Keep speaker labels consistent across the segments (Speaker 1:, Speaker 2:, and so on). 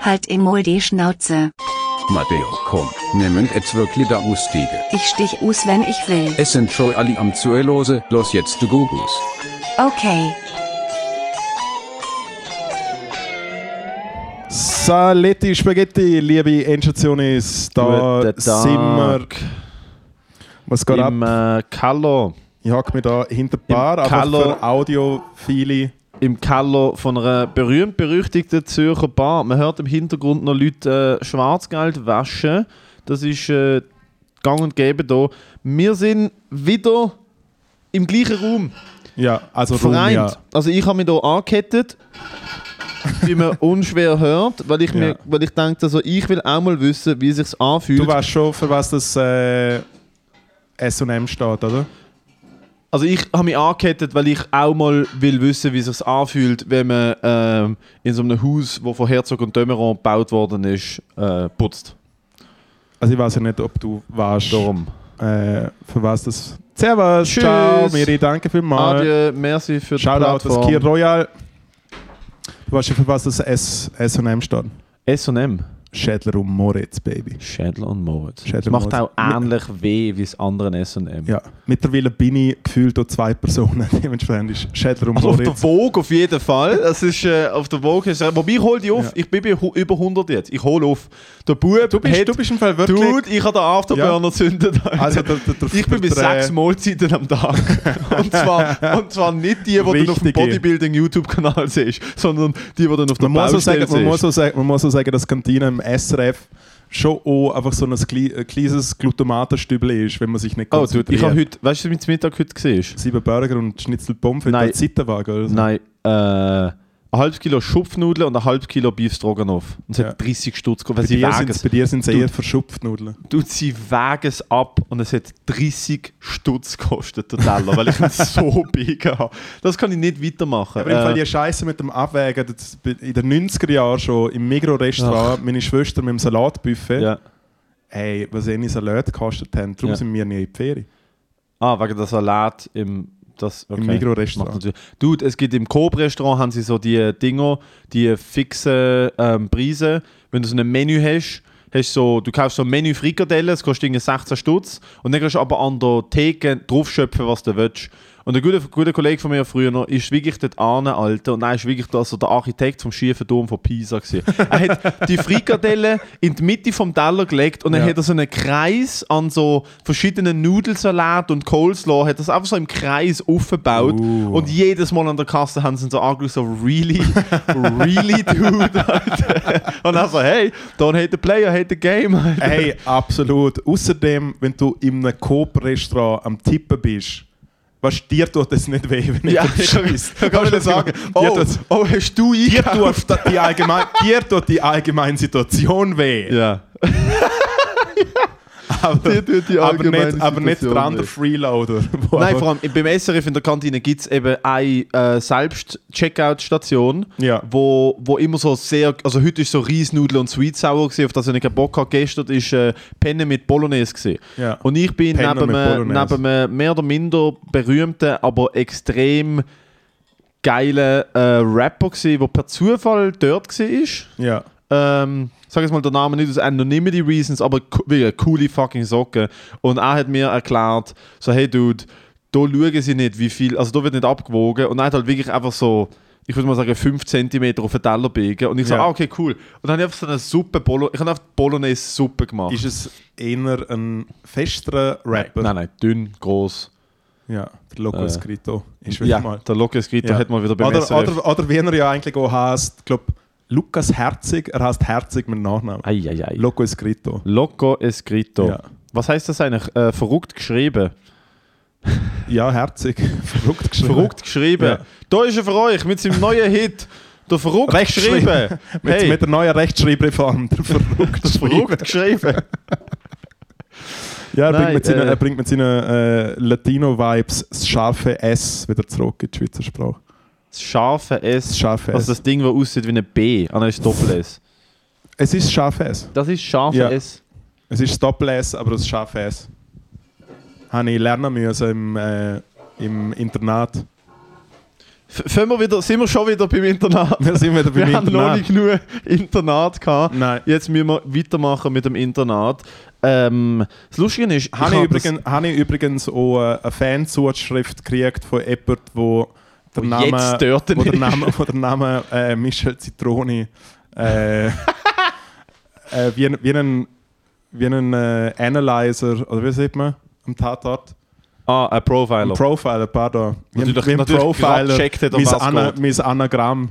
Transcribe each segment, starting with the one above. Speaker 1: Halt einmal die Schnauze.
Speaker 2: Matteo, komm, nehmen jetzt wirklich da Ustige.
Speaker 1: Ich stich us, wenn ich will.
Speaker 2: Es sind schon alle am Zuelose, los jetzt du Gugus.
Speaker 1: Okay.
Speaker 3: Saletti Spaghetti, liebe Endstation-Is, da
Speaker 4: Guten Tag.
Speaker 3: sind wir. Was geht
Speaker 4: Im
Speaker 3: ab?
Speaker 4: äh, Kallo.
Speaker 3: Ich hocke mich da hinter die Bar, aber
Speaker 4: Kallo.
Speaker 3: für Audiophile.
Speaker 4: Im Kallo von einer berühmt-berüchtigten Zürcher Bar. Man hört im Hintergrund noch Leute äh, Schwarzgeld waschen. Das ist äh, gang und gäbe hier. Wir sind wieder im gleichen Raum.
Speaker 3: Ja, also Rum,
Speaker 4: vereint.
Speaker 3: ja.
Speaker 4: Also ich habe mich hier angekettet, wie man unschwer hört, weil ich,
Speaker 3: Ja.
Speaker 4: mir, weil ich denke, also ich will auch mal wissen, wie es sich anfühlt.
Speaker 3: Du weißt schon, für was das äh, SM steht, oder?
Speaker 4: Also ich habe mich angekettet, weil ich auch mal will wissen, wie es sich anfühlt, wenn man ähm, in so einem Haus, wo von Herzog und Dömeron gebaut worden ist, äh, putzt.
Speaker 3: Also ich weiß ja nicht, ob du weißt,
Speaker 4: Darum.
Speaker 3: äh, für was das. Servus,
Speaker 4: Tschüss.
Speaker 3: ciao, Miri, danke vielmals.
Speaker 4: Adieu, merci für die
Speaker 3: Shoutout, das Kier
Speaker 4: Plattform.
Speaker 3: Royal. Du weißt schon, für was das S- SM steht.
Speaker 4: S&M.
Speaker 3: Schädler und Moritz, Baby.
Speaker 4: Schädel und Moritz.
Speaker 3: Schädel
Speaker 4: Das
Speaker 3: und
Speaker 4: macht
Speaker 3: Moritz.
Speaker 4: auch ähnlich weh wie das andere S&M.
Speaker 3: Ja, mittlerweile bin ich gefühlt auch zwei Personen. Dementsprechend ist Schädler und
Speaker 4: Also auf der
Speaker 3: Moritz.
Speaker 4: Vogue auf jeden Fall. Das ist äh, auf der Vogue. Ist, wobei ich hole die auf.
Speaker 3: Ja.
Speaker 4: Ich bin bei hu- über 100 jetzt. Ich hole auf. Der Bub
Speaker 3: Du bist,
Speaker 4: hat,
Speaker 3: du bist im Fall wirklich.
Speaker 4: Dude, ich habe den Afterburner gezündet.
Speaker 3: Also der, der, der,
Speaker 4: ich bin bei
Speaker 3: der, äh,
Speaker 4: sechs Mahlzeiten am Tag. Und zwar, und zwar nicht die, die du auf dem
Speaker 3: Richtige.
Speaker 4: Bodybuilding-YouTube-Kanal siehst, sondern die, die du auf der
Speaker 3: Man muss, auch sagen,
Speaker 4: Baustelle
Speaker 3: man, muss
Speaker 4: siehst.
Speaker 3: auch sagen, man muss auch sagen, dass Kantine im SRF schon auch einfach so ein kle- ein kleines Glutatenstübel ist, wenn man sich nicht
Speaker 4: Oh, Dude,
Speaker 3: konzentriert.
Speaker 4: ich habe heute, weißt du, wie du Mittag heute gesehen
Speaker 3: Sieben Burger und Schnitzelpommes für
Speaker 4: Nein.
Speaker 3: den Zeitenwagen. also oder so.
Speaker 4: Nein, äh, ein halbes Kilo Schupfnudeln und ein halbes Kilo Beef Stroganoff. Und es
Speaker 3: Ja.
Speaker 4: hat 30 Stutz gekostet.
Speaker 3: Bei
Speaker 4: weil sie
Speaker 3: dir
Speaker 4: wägen
Speaker 3: sind's-
Speaker 4: es.
Speaker 3: bei dir sind es
Speaker 4: Dude.
Speaker 3: eher verschupft Nudeln.
Speaker 4: Dude, sie wägen es ab und es hat 30 Stutz gekostet, der Teller, weil ich ihn so biegen habe. Das kann ich nicht weitermachen.
Speaker 3: Aber im Fall
Speaker 4: Äh,
Speaker 3: die Scheiße mit dem Abwägen, das, in den 90er Jahren schon im Migro-Restaurant, meine Schwester mit dem Salatbuffet,
Speaker 4: ja.
Speaker 3: hey, was eine Salat gekostet haben, darum
Speaker 4: Ja.
Speaker 3: sind wir nie in die Ferien.
Speaker 4: Ah, wegen der Salat im, das, okay.
Speaker 3: Migros-Restaurant.
Speaker 4: Macht natürlich- Dude, es gibt im Coop-Restaurant haben sie so die Dinger, die fixen ähm, Preise. Wenn du so ein Menü hast, hast so, du kaufst so ein Menü Frikadelle, es kostet irgendwie 16 Stutz. Und dann kannst du aber an der Theke draufschöpfen, was du willst. Und ein guter, guter Kollege von mir früher noch, ist wirklich dort an, Alter. Und er ist wirklich da, so der Architekt vom schiefen Turm von Pisa. Gewesen. Er hat die Frikadelle in die Mitte vom Teller gelegt und dann
Speaker 3: Ja.
Speaker 4: hat er so einen Kreis an so verschiedenen Nudelsalat und Coleslaw, hat das einfach so im Kreis aufgebaut.
Speaker 3: Uh.
Speaker 4: Und jedes Mal an der Kasse haben sie ihn so angeschaut, so really, really dude. Alter. und er so, hey, don't hate the player, hate the game. Alter.
Speaker 3: Hey, absolut. Außerdem, wenn du in einem Coop-Restaurant am Tippen bist, was dir tut das nicht weh, wenn
Speaker 4: ja,
Speaker 3: ich
Speaker 4: ich
Speaker 3: dir
Speaker 4: kann
Speaker 3: scheiss.
Speaker 4: ich kann
Speaker 3: Kannst du
Speaker 4: wieder sagen,
Speaker 3: dir
Speaker 4: oh,
Speaker 3: tut's-
Speaker 4: oh, hast du
Speaker 3: dir
Speaker 4: ich?
Speaker 3: tut da- die allgemein, dir tut die allgemeine Situation weh.
Speaker 4: Ja.
Speaker 3: aber,
Speaker 4: dir tut die
Speaker 3: aber nicht,
Speaker 4: allgemeine
Speaker 3: aber nicht
Speaker 4: Situation
Speaker 3: der andere
Speaker 4: weh.
Speaker 3: Freeloader. wo
Speaker 4: Nein,
Speaker 3: einfach-
Speaker 4: vor allem beim SRF in der Kantine gibt es eben eine äh, Selbst-Checkout-Station,
Speaker 3: Ja.
Speaker 4: wo, wo immer so sehr, also heute ist so Reisnudeln und Sweet Sour gewesen, auf das ich keinen Bock hatte. Gestern ist äh, Penne mit Bolognese gewesen.
Speaker 3: Ja.
Speaker 4: Und ich bin
Speaker 3: Penne
Speaker 4: neben
Speaker 3: mit
Speaker 4: einem,
Speaker 3: Bolognese.
Speaker 4: neben einem mehr oder minder berühmten, aber extrem geilen äh, Rapper gewesen, der per Zufall dort war
Speaker 3: ja.
Speaker 4: ähm, sag jetzt mal den Namen nicht aus Anonymity Reasons, aber co- wie eine coole fucking Socke. Und er hat mir erklärt, so hey Dude, da schauen sie nicht, wie viel, also da wird nicht abgewogen und er hat halt wirklich einfach so, ich würde mal sagen, 5 cm auf den Teller biegen und ich so,
Speaker 3: Ja.
Speaker 4: ah okay, cool. Und dann habe ich einfach so eine Suppe, Bolo ich habe einfach Bolognese-Suppe gemacht.
Speaker 3: Ist es eher ein festerer Rapper?
Speaker 4: nein, nein, dünn, groß.
Speaker 3: Ja, der Loco
Speaker 4: Äh.
Speaker 3: Escrito ist wieder
Speaker 4: Ja,
Speaker 3: mal.
Speaker 4: der Locke Grito
Speaker 3: Ja.
Speaker 4: hat mal wieder beim
Speaker 3: oder,
Speaker 4: SRF.
Speaker 3: oder, oder wie er ja eigentlich auch heißt, glaube Lukas Herzig, er heißt Herzig mit Nachnamen.
Speaker 4: Eieiei.
Speaker 3: Loco Escrito.
Speaker 4: Loco Escrito.
Speaker 3: Ja.
Speaker 4: Was heißt das eigentlich? Äh, verrückt geschrieben.
Speaker 3: Ja, Herzig. Verrückt geschrieben.
Speaker 4: Verrückt geschrieben.
Speaker 3: Ja.
Speaker 4: Da ist er für euch mit seinem neuen Hit. Der verrückt geschrieben.
Speaker 3: Mit,
Speaker 4: Hey,
Speaker 3: mit der neuen Rechtschreibreform. Der verrückt
Speaker 4: das
Speaker 3: geschrieben.
Speaker 4: verrückt geschrieben.
Speaker 3: Ja, er bringt
Speaker 4: Nein,
Speaker 3: mit seinen,
Speaker 4: äh,
Speaker 3: er bringt mit seinen äh, Latino-Vibes das scharfe S wieder zurück in die Schweizer Sprache.
Speaker 4: Das scharfe
Speaker 3: Das
Speaker 4: S.
Speaker 3: scharfe
Speaker 4: Also
Speaker 3: S.
Speaker 4: das Ding, das aussieht wie ein B. Ah nein, das ist Doppel S.
Speaker 3: Es ist das scharfe S.
Speaker 4: Das ist scharfe
Speaker 3: Ja.
Speaker 4: S.
Speaker 3: Es ist das Doppel-S, aber das scharfe S. Habe ich lernen müssen im, äh, im Internat.
Speaker 4: F- fangen wir wieder, sind wir schon wieder beim Internat?
Speaker 3: Wir sind wieder beim
Speaker 4: wir haben noch
Speaker 3: Internat.
Speaker 4: nicht genug Internat gehabt.
Speaker 3: Nein.
Speaker 4: Jetzt müssen wir weitermachen mit dem Internat. Ähm, das Lustige ist, ich
Speaker 3: Habe ich,
Speaker 4: hab
Speaker 3: übrigens, habe ich übrigens auch äh, eine Fanzuschrift gekriegt von jemandem, wo der
Speaker 4: Wo
Speaker 3: Name,
Speaker 4: jetzt dort
Speaker 3: wo der
Speaker 4: ist.
Speaker 3: Name, wo der Name äh, Michel Zitroni äh, äh, wie, ein- wie einen, wie einen äh, Analyzer, oder wie sieht man, am Tatort?
Speaker 4: das, ah, ein Profiler.
Speaker 3: Ein Profiler, pardon. Wie ein-
Speaker 4: Natürlich-
Speaker 3: wie ein
Speaker 4: natürlich gerade gecheckt hat, um
Speaker 3: mein,
Speaker 4: was
Speaker 3: Ana,
Speaker 4: geht.
Speaker 3: mein Anagramm.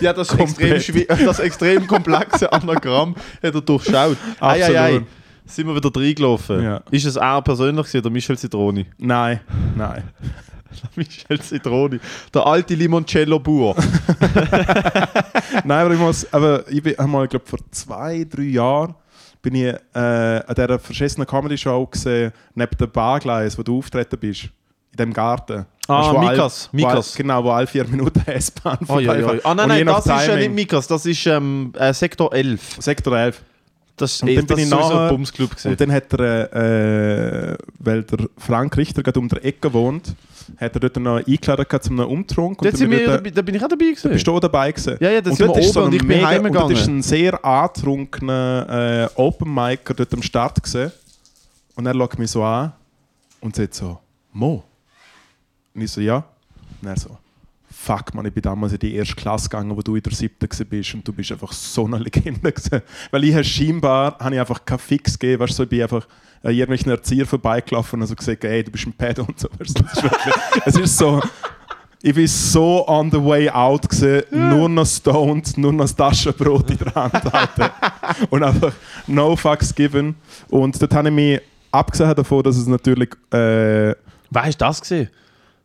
Speaker 4: ja, das, extrem,
Speaker 3: komplett.
Speaker 4: schwi- das extrem komplexe Anagramm hat er durchschaut. Ei, ei, ei.
Speaker 3: Absolut.
Speaker 4: Sind wir wieder reingelaufen?
Speaker 3: Ja.
Speaker 4: Ist es er persönlich gewesen, der Michel Zitroni?
Speaker 3: Nein, nein.
Speaker 4: Michel Zitroni. Der alte Limoncello Bauer.
Speaker 3: Nein, aber ich muss, aber ich bin einmal, glaube vor zwei, drei Jahren bin ich äh, an dieser verschissenen Comedy-Show gesehen, neben dem Bargleis, wo du auftreten bist. In dem Garten.
Speaker 4: Ah,
Speaker 3: Weisst du, wo
Speaker 4: Mikas,
Speaker 3: all- wo all-
Speaker 4: Mikas.
Speaker 3: Genau, wo alle vier Minuten S-Bahn
Speaker 4: Oh, ja, ja.
Speaker 3: vorbeifährt.
Speaker 4: Ah, nein,
Speaker 3: Und je
Speaker 4: nein,
Speaker 3: nach
Speaker 4: das ist ja nicht
Speaker 3: Timing-
Speaker 4: Mikas, das ist ähm, äh, Sektor 11.
Speaker 3: Sektor 11.
Speaker 4: Das,
Speaker 3: Und
Speaker 4: ey,
Speaker 3: dann
Speaker 4: das
Speaker 3: bin ich
Speaker 4: ist sowieso
Speaker 3: nachher-
Speaker 4: ein Bumsclub gewesen.
Speaker 3: Und dann hat er, äh, weil der Frank Richter gerade um der Ecke wohnt, hat er dort noch eingeladen gehabt zum Umtrunk. Und
Speaker 4: Dort
Speaker 3: dann
Speaker 4: sind
Speaker 3: bin
Speaker 4: wir,
Speaker 3: ich
Speaker 4: da,
Speaker 3: dort-
Speaker 4: da bin ich auch dabei gewesen.
Speaker 3: bist du auch dabei gewesen?
Speaker 4: Ja, ja, da
Speaker 3: und
Speaker 4: sind
Speaker 3: dort
Speaker 4: wir
Speaker 3: ist
Speaker 4: oben
Speaker 3: so
Speaker 4: und
Speaker 3: ein
Speaker 4: ich bin
Speaker 3: mega-
Speaker 4: heimgegangen.
Speaker 3: Und dort ist ein sehr angetrunkener äh, Open Micer dort am Start gewesen. Und er schaut mich so an und sagt so, Mo. Und ich so, ja. Und er so, fuck man, ich bin damals in die erste Klasse gegangen, wo du in der siebten gewesen bist und du bist einfach so eine Legende gewesen. Weil ich habe scheinbar, habe ich einfach keinen Fix gegeben, weißt du, so, ich bin einfach an irgendwelchen Erzieher vorbeigelaufen und habe so gesagt, ey, du bist ein Pedo und so. Weißt du, das ist wirklich- es ist so... Ich war so on the way out, gewesen, nur noch stoned, nur noch das Taschenbrot in der Hand halten. und einfach no fucks given. Und dort habe ich mich, abgesehen davon, dass es natürlich äh,
Speaker 4: Wer ist das gewesen?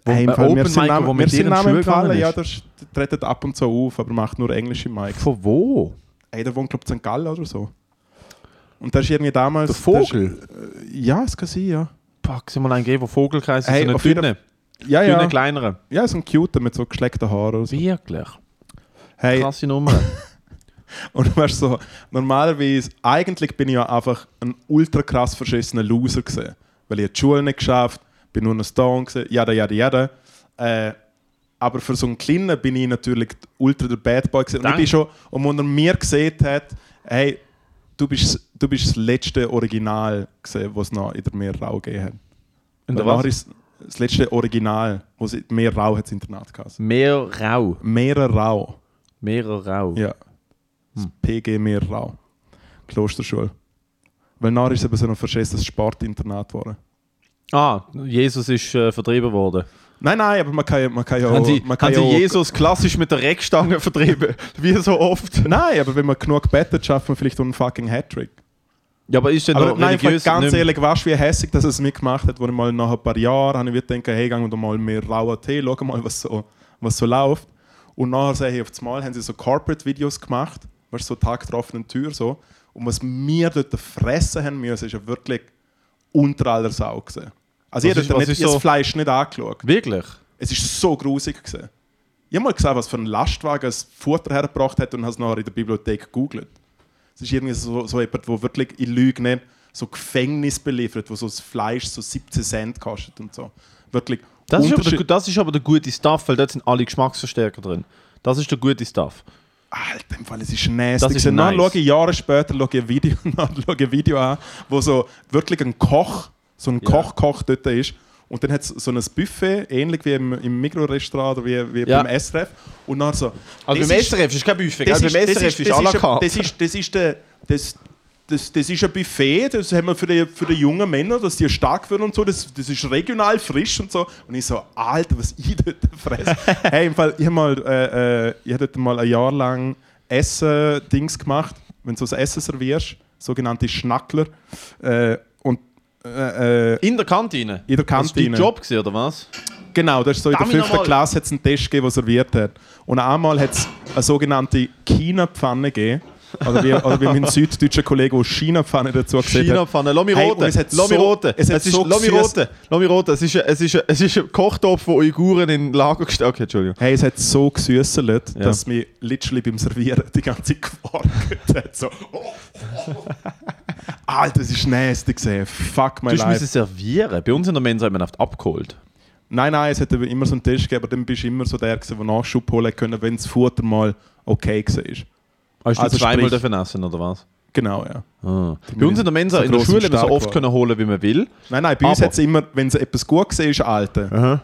Speaker 3: hey, im
Speaker 4: äh,
Speaker 3: Fall,
Speaker 4: Open
Speaker 3: mir sind
Speaker 4: Mic,
Speaker 3: Namen-
Speaker 4: wo
Speaker 3: mir
Speaker 4: mit
Speaker 3: sind
Speaker 4: dir in die
Speaker 3: Namen
Speaker 4: Schule
Speaker 3: entfallen.
Speaker 4: gegangen
Speaker 3: Ja,
Speaker 4: ist?
Speaker 3: der sch- der tretet ab und zu auf, aber macht nur englische Mics.
Speaker 4: Von wo?
Speaker 3: Hey, der wohnt, glaube ich, St. Gallen oder so. Und das ist irgendwie damals...
Speaker 4: Der Vogel?
Speaker 3: das Ist, ja, es kann sein, ja.
Speaker 4: Pack sie mal einen geben, der Vogelkreis ist
Speaker 3: Hey,
Speaker 4: so eine
Speaker 3: auf jeden-
Speaker 4: dünne,
Speaker 3: Ja,
Speaker 4: dünne,
Speaker 3: ja.
Speaker 4: kleinere.
Speaker 3: Ja, so ein Cuter mit so geschleckten Haaren. oder So.
Speaker 4: Wirklich?
Speaker 3: Hey,
Speaker 4: Krasse Nummer.
Speaker 3: Und du weißt so, normalerweise, eigentlich bin ich ja einfach ein ultra krass verschissener Loser gewesen, weil ich hab die Schule nicht geschafft, bin nur noch Stone gewesen, jada, jada, jada. Äh, aber für so einen Kleinen bin ich natürlich ultra der Bad Boy gewesen. Und ich
Speaker 4: Danke.
Speaker 3: bin schon, und wenn er mir gesehen hat, hey, du bist, du bist das letzte Original gewesen, was es noch in der Meerrau gegeben hat.
Speaker 4: Und
Speaker 3: Weil
Speaker 4: was?
Speaker 3: nachher ist das letzte Original, was in der Meerrau hat das Internat geheißen.
Speaker 4: Mehr Rau.
Speaker 3: Meerrau.
Speaker 4: Mehrer Rau.
Speaker 3: Ja. Das
Speaker 4: Hm.
Speaker 3: PG Meerrau. Klosterschule. Weil nachher ist es eben so ein verschissenes Sportinternat geworden.
Speaker 4: Ah, Jesus ist äh, vertrieben worden.
Speaker 3: Nein, nein, aber man kann ja, man kann ja
Speaker 4: haben sie,
Speaker 3: man kann
Speaker 4: haben sie
Speaker 3: ja auch-
Speaker 4: Jesus klassisch mit der Reckstange vertrieben? Wie so oft.
Speaker 3: Nein, aber wenn man genug bettet, schafft man vielleicht auch einen fucking Hattrick.
Speaker 4: Ja, aber ist denn
Speaker 3: Aber
Speaker 4: noch
Speaker 3: nein, Also, ich fand
Speaker 4: religiös?
Speaker 3: ganz
Speaker 4: nicht mehr-
Speaker 3: ehrlich, weißt du, wie hässig das es mir gemacht hat, wo ich mal nach ein paar Jahren habe ich wieder gedacht, hey, gehen wir doch mal mehr rauer Tee, schau mal, was so, was so läuft. Und nachher sehe ich auf das Mal, haben sie so Corporate-Videos gemacht, weißt du, so Tag der offenen Tür so. Und was wir dort fressen haben müssen, ist ja wirklich unter aller Sau gewesen. Also ich
Speaker 4: Was
Speaker 3: habe
Speaker 4: ist-
Speaker 3: dort
Speaker 4: was
Speaker 3: nicht,
Speaker 4: ist
Speaker 3: ich hab
Speaker 4: so-
Speaker 3: das Fleisch nicht angeschaut.
Speaker 4: Wirklich?
Speaker 3: Es ist so grusig gewesen. Ich habe mal gesehen, was für ein Lastwagen das Futter hergebracht hat und habe es nachher in der Bibliothek gegoogelt. Es ist irgendwie so, so jemand, der wirklich, ich lüge nicht, so Gefängnis beliefert, wo so das Fleisch so 17 Cent kostet und so. Wirklich.
Speaker 4: Das ist, aber der,
Speaker 3: Unterschied-
Speaker 4: gu- das ist aber der gute Stuff, weil dort sind alle Geschmacksverstärker drin. Das ist der gute Stuff.
Speaker 3: Alter, im Fall, es ist nasty.
Speaker 4: Das ist
Speaker 3: gewesen. Dann
Speaker 4: nice.
Speaker 3: schaue ich Jahre später schaue ich ein, Video, dann schaue ich ein Video an, wo so wirklich ein Koch, so ein Koch-Koch dort ist. Und dann hat es so ein Buffet, ähnlich wie im, im Mikrorestaurant oder wie, wie
Speaker 4: Ja.
Speaker 3: beim SRF. Und dann so.
Speaker 4: Also
Speaker 3: das
Speaker 4: beim
Speaker 3: ist-
Speaker 4: SRF ist kein Buffet,
Speaker 3: Das
Speaker 4: gell?
Speaker 3: ist,
Speaker 4: Also Beim
Speaker 3: das,
Speaker 4: SRF
Speaker 3: ist,
Speaker 4: ist,
Speaker 3: das,
Speaker 4: à la
Speaker 3: ist, ein-
Speaker 4: carte.
Speaker 3: das, ist, das, ist der, das, das, das ist ein Buffet, das haben wir für die, für die jungen Männer, dass die stark werden und so. Das, das ist regional frisch und so. Und ich so, Alter, was ich dort fresse. hey, im Fall, ich habe mal, äh, äh, ich hab dort mal ein Jahr lang Essen-Dings gemacht, wenn du so ein Essen servierst, sogenannte Schnackler. Äh, und äh, äh,
Speaker 4: In der Kantine?
Speaker 3: In der
Speaker 4: Das war dein
Speaker 3: Kantine.
Speaker 4: Job, gewesen, oder was?
Speaker 3: Genau, das ist so in der
Speaker 4: Darf ich noch
Speaker 3: fünften
Speaker 4: mal-
Speaker 3: Klasse hat's einen Test gegeben, der serviert hat. Und einmal hat es eine sogenannte China-Pfanne gegeben. Oder wie, oder wie mein süddeutscher Kollege, der China-Pfanne dazu gesagt
Speaker 4: China
Speaker 3: hat.
Speaker 4: Pfanne, Lomi
Speaker 3: Hey,
Speaker 4: Rote,
Speaker 3: und es hat
Speaker 4: Lomi
Speaker 3: so-
Speaker 4: Rote,
Speaker 3: es hat
Speaker 4: ist
Speaker 3: so
Speaker 4: Lomi
Speaker 3: gesüßt-
Speaker 4: Rote, Lomi Rote, es ist, ein- es, ist, ein- es ist ein Kochtopf von Uiguren in Lager gestellt. Okay, Entschuldigung.
Speaker 3: Hey, es hat so gesüßelt, dass mich literally beim Servieren die ganze Zeit gewartet hat. So. Alter, das ist nasty gesehen. Fuck my
Speaker 4: Du musst
Speaker 3: life.
Speaker 4: servieren. Bei uns in der Mensa hat man oft abgeholt.
Speaker 3: Nein, nein, es hat eben immer so einen Tisch gegeben, aber dann bist du immer so der, gewesen, der Nachschub holen konnte, wenn das Futter mal okay war.
Speaker 4: Hast du
Speaker 3: Also
Speaker 4: zweimal
Speaker 3: sprich-
Speaker 4: dürfen essen oder was?
Speaker 3: Genau, ja.
Speaker 4: Ah. Bei uns in der Mensa,
Speaker 3: so
Speaker 4: in der
Speaker 3: gross
Speaker 4: Schule,
Speaker 3: und
Speaker 4: haben wir so
Speaker 3: stark
Speaker 4: oft
Speaker 3: war.
Speaker 4: können holen, wie man will.
Speaker 3: Nein, nein, bei uns
Speaker 4: Aber-
Speaker 3: hat es immer, wenn es etwas gut war, alte.
Speaker 4: Aha.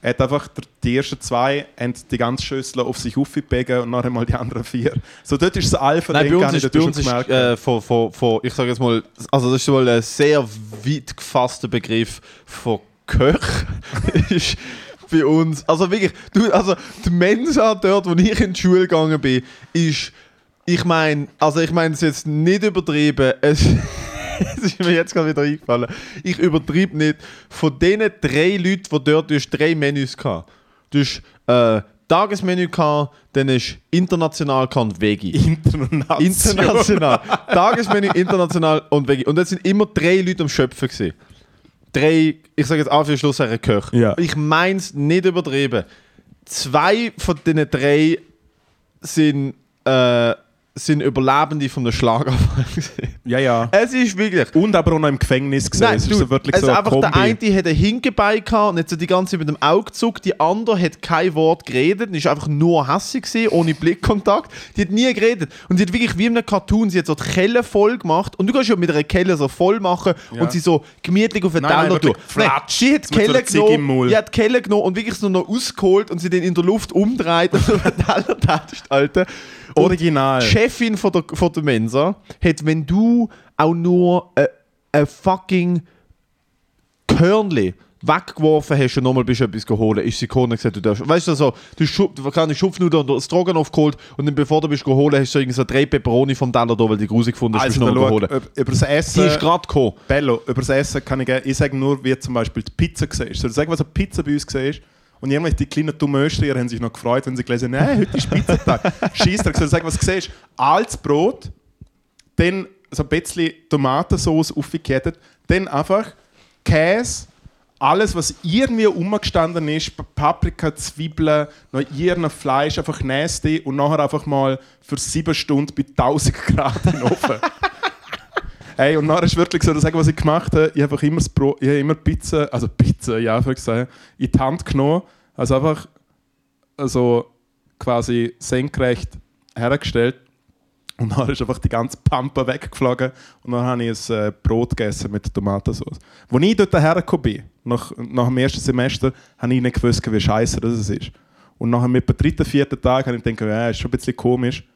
Speaker 3: Er hat einfach der- die ersten zwei haben die ganze Schüssel auf sich aufgepegelt und nachher mal die anderen vier. So, dort ist das Alpha,
Speaker 4: Nein, bei uns ist, bei
Speaker 3: schon
Speaker 4: uns ist
Speaker 3: gemerkt.
Speaker 4: äh, von, von, von, ich sage jetzt mal, also das ist wohl ein sehr weit gefasster Begriff von Köch. ist bei uns, also wirklich, du, also die Mensa dort, wo ich in die Schule gegangen bin, ist, ich meine, also ich meine es jetzt nicht übertrieben, es, es ist mir jetzt gerade wieder eingefallen, ich übertreibe nicht, von diesen drei Leuten, die dort, du hast drei Menüs gehabt. Du hast äh, Tagesmenü gehabt, dann ist international gehabt und Veggie.
Speaker 3: International.
Speaker 4: äh, International. Tagesmenü international und Veggie. Und jetzt sind immer drei Leute am Schöpfen gewesen. Drei, ich sage jetzt auch für Schluss Köche.
Speaker 3: Ja.
Speaker 4: Ich meine es nicht übertrieben. Zwei von diesen drei sind, äh, sind Überlebende von einem Schlaganfall. gewesen.
Speaker 3: Ja, ja.
Speaker 4: es ist wirklich.
Speaker 3: Und aber auch noch im Gefängnis gesehen.
Speaker 4: Nein,
Speaker 3: es ist
Speaker 4: du,
Speaker 3: so wirklich
Speaker 4: also
Speaker 3: so eine
Speaker 4: einfach der eine hat ein Hinkebein gehabt und hat so die ganze Zeit mit dem Auge gezuckt, die andere hat kein Wort geredet und ist einfach nur hässig gewesen, ohne Blickkontakt. Die hat nie geredet und sie hat wirklich wie in einem Cartoon, sie hat so die Kelle voll gemacht und du kannst ja mit einer Kelle so voll machen und sie so gemütlich auf den
Speaker 3: Nein, nein,
Speaker 4: Teller tun.
Speaker 3: wirklich
Speaker 4: Nein,
Speaker 3: flatsch,
Speaker 4: sie hat
Speaker 3: mit so
Speaker 4: die Kelle
Speaker 3: einer Ziege im
Speaker 4: genommen,
Speaker 3: Maul.
Speaker 4: sie hat die Kelle genommen und wirklich so noch ausgeholt und sie den in der Luft umdreht und so auf den Teller tätscht, Alter. Und
Speaker 3: Original.
Speaker 4: die Chefin von der, von der Mensa hat, wenn du auch nur ein ein fucking Körnli weggeworfen hast und nochmal bist du etwas geholt, ist sie gekommen und gesagt, du darfst, weißt du, so, du schub, du keine Schupfnudeln und das Stroganoff geholt und dann bevor du bist geholt, hast du so irgendwie so drei Peperoni vom Teller da, weil die grusig gefunden hast,
Speaker 3: also,
Speaker 4: bist
Speaker 3: dann
Speaker 4: du
Speaker 3: schau,
Speaker 4: nochmal geholt.
Speaker 3: ob- über das
Speaker 4: Die
Speaker 3: Essen.
Speaker 4: ist gerade gekommen.
Speaker 3: Bello, über das Essen kann ich gerne. Ich sage nur, wie zum Beispiel die Pizza war. Soll ich sagen, was eine Pizza bei uns war? Und irgendwelche die kleinen dummen Österreicher haben sich noch gefreut, wenn sie gelesen haben, nein, heute ist Pizzatag. Scheiss drauf, soll ich sagen, was du siehst? Altes Brot, dann so ein bisschen Tomatensauce aufgekettet, dann einfach Käse, alles, was irgendwie rumgestanden ist, P- Paprika, Zwiebeln, noch irgendein Fleisch, einfach nasty und nachher einfach mal für sieben Stunden bei 1000 Grad in den Ofen. Hey, und nachher ist wirklich so, dass ich, was ich gemacht habe, ich habe einfach immer, das Bro ich habe immer Pizza, also Pizza, ja, ich sagen, in die Hand genommen, also einfach also quasi senkrecht hergestellt und nachher ist einfach die ganze Pampa weggeflogen und dann habe ich ein äh, Brot gegessen mit Tomatensauce. Als ich dort hergekommen bin, nach, nach dem ersten Semester, habe ich nicht gewusst, wie scheiße das ist. Und nachher mit dem dritten, vierten Tag habe ich gedacht, ja, ist schon ein bisschen komisch.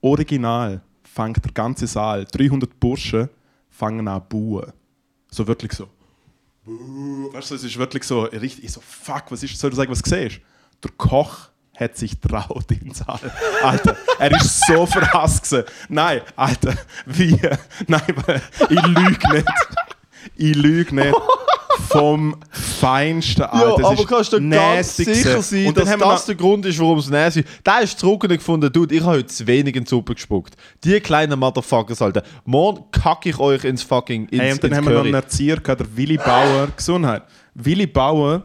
Speaker 3: Original fängt der ganze Saal, 300 Burschen fangen an zu buhen. So wirklich so. Buh. Weißt du, es ist wirklich so richtig, ich so, fuck, was ist, soll ich sagen, was du siehst? Der Koch hat sich traut in den Saal. Alter, er ist so verhasst. gewesen. Nein, Alter, wie? Nein, ich lüge nicht. Ich lüge nicht. Vom feinsten Alter.
Speaker 4: Ja,
Speaker 3: Es
Speaker 4: aber
Speaker 3: ist
Speaker 4: kannst du ganz
Speaker 3: nasty
Speaker 4: sicher
Speaker 3: gewesen. Und
Speaker 4: sein,
Speaker 3: dann
Speaker 4: dass das
Speaker 3: haben wir noch-
Speaker 4: der Grund ist, warum es nass ist. Der ist zurück und hat gefunden, Dude, ich habe heute zu wenig in die Suppe gespuckt. Die kleinen Motherfuckers, Alter. Morgen kacke ich euch ins fucking ins,
Speaker 3: Hey, und dann
Speaker 4: ins
Speaker 3: haben wir noch
Speaker 4: Curry.
Speaker 3: einen Erzieher gehabt, der Willi Bauer. Gesundheit. Willi Bauer,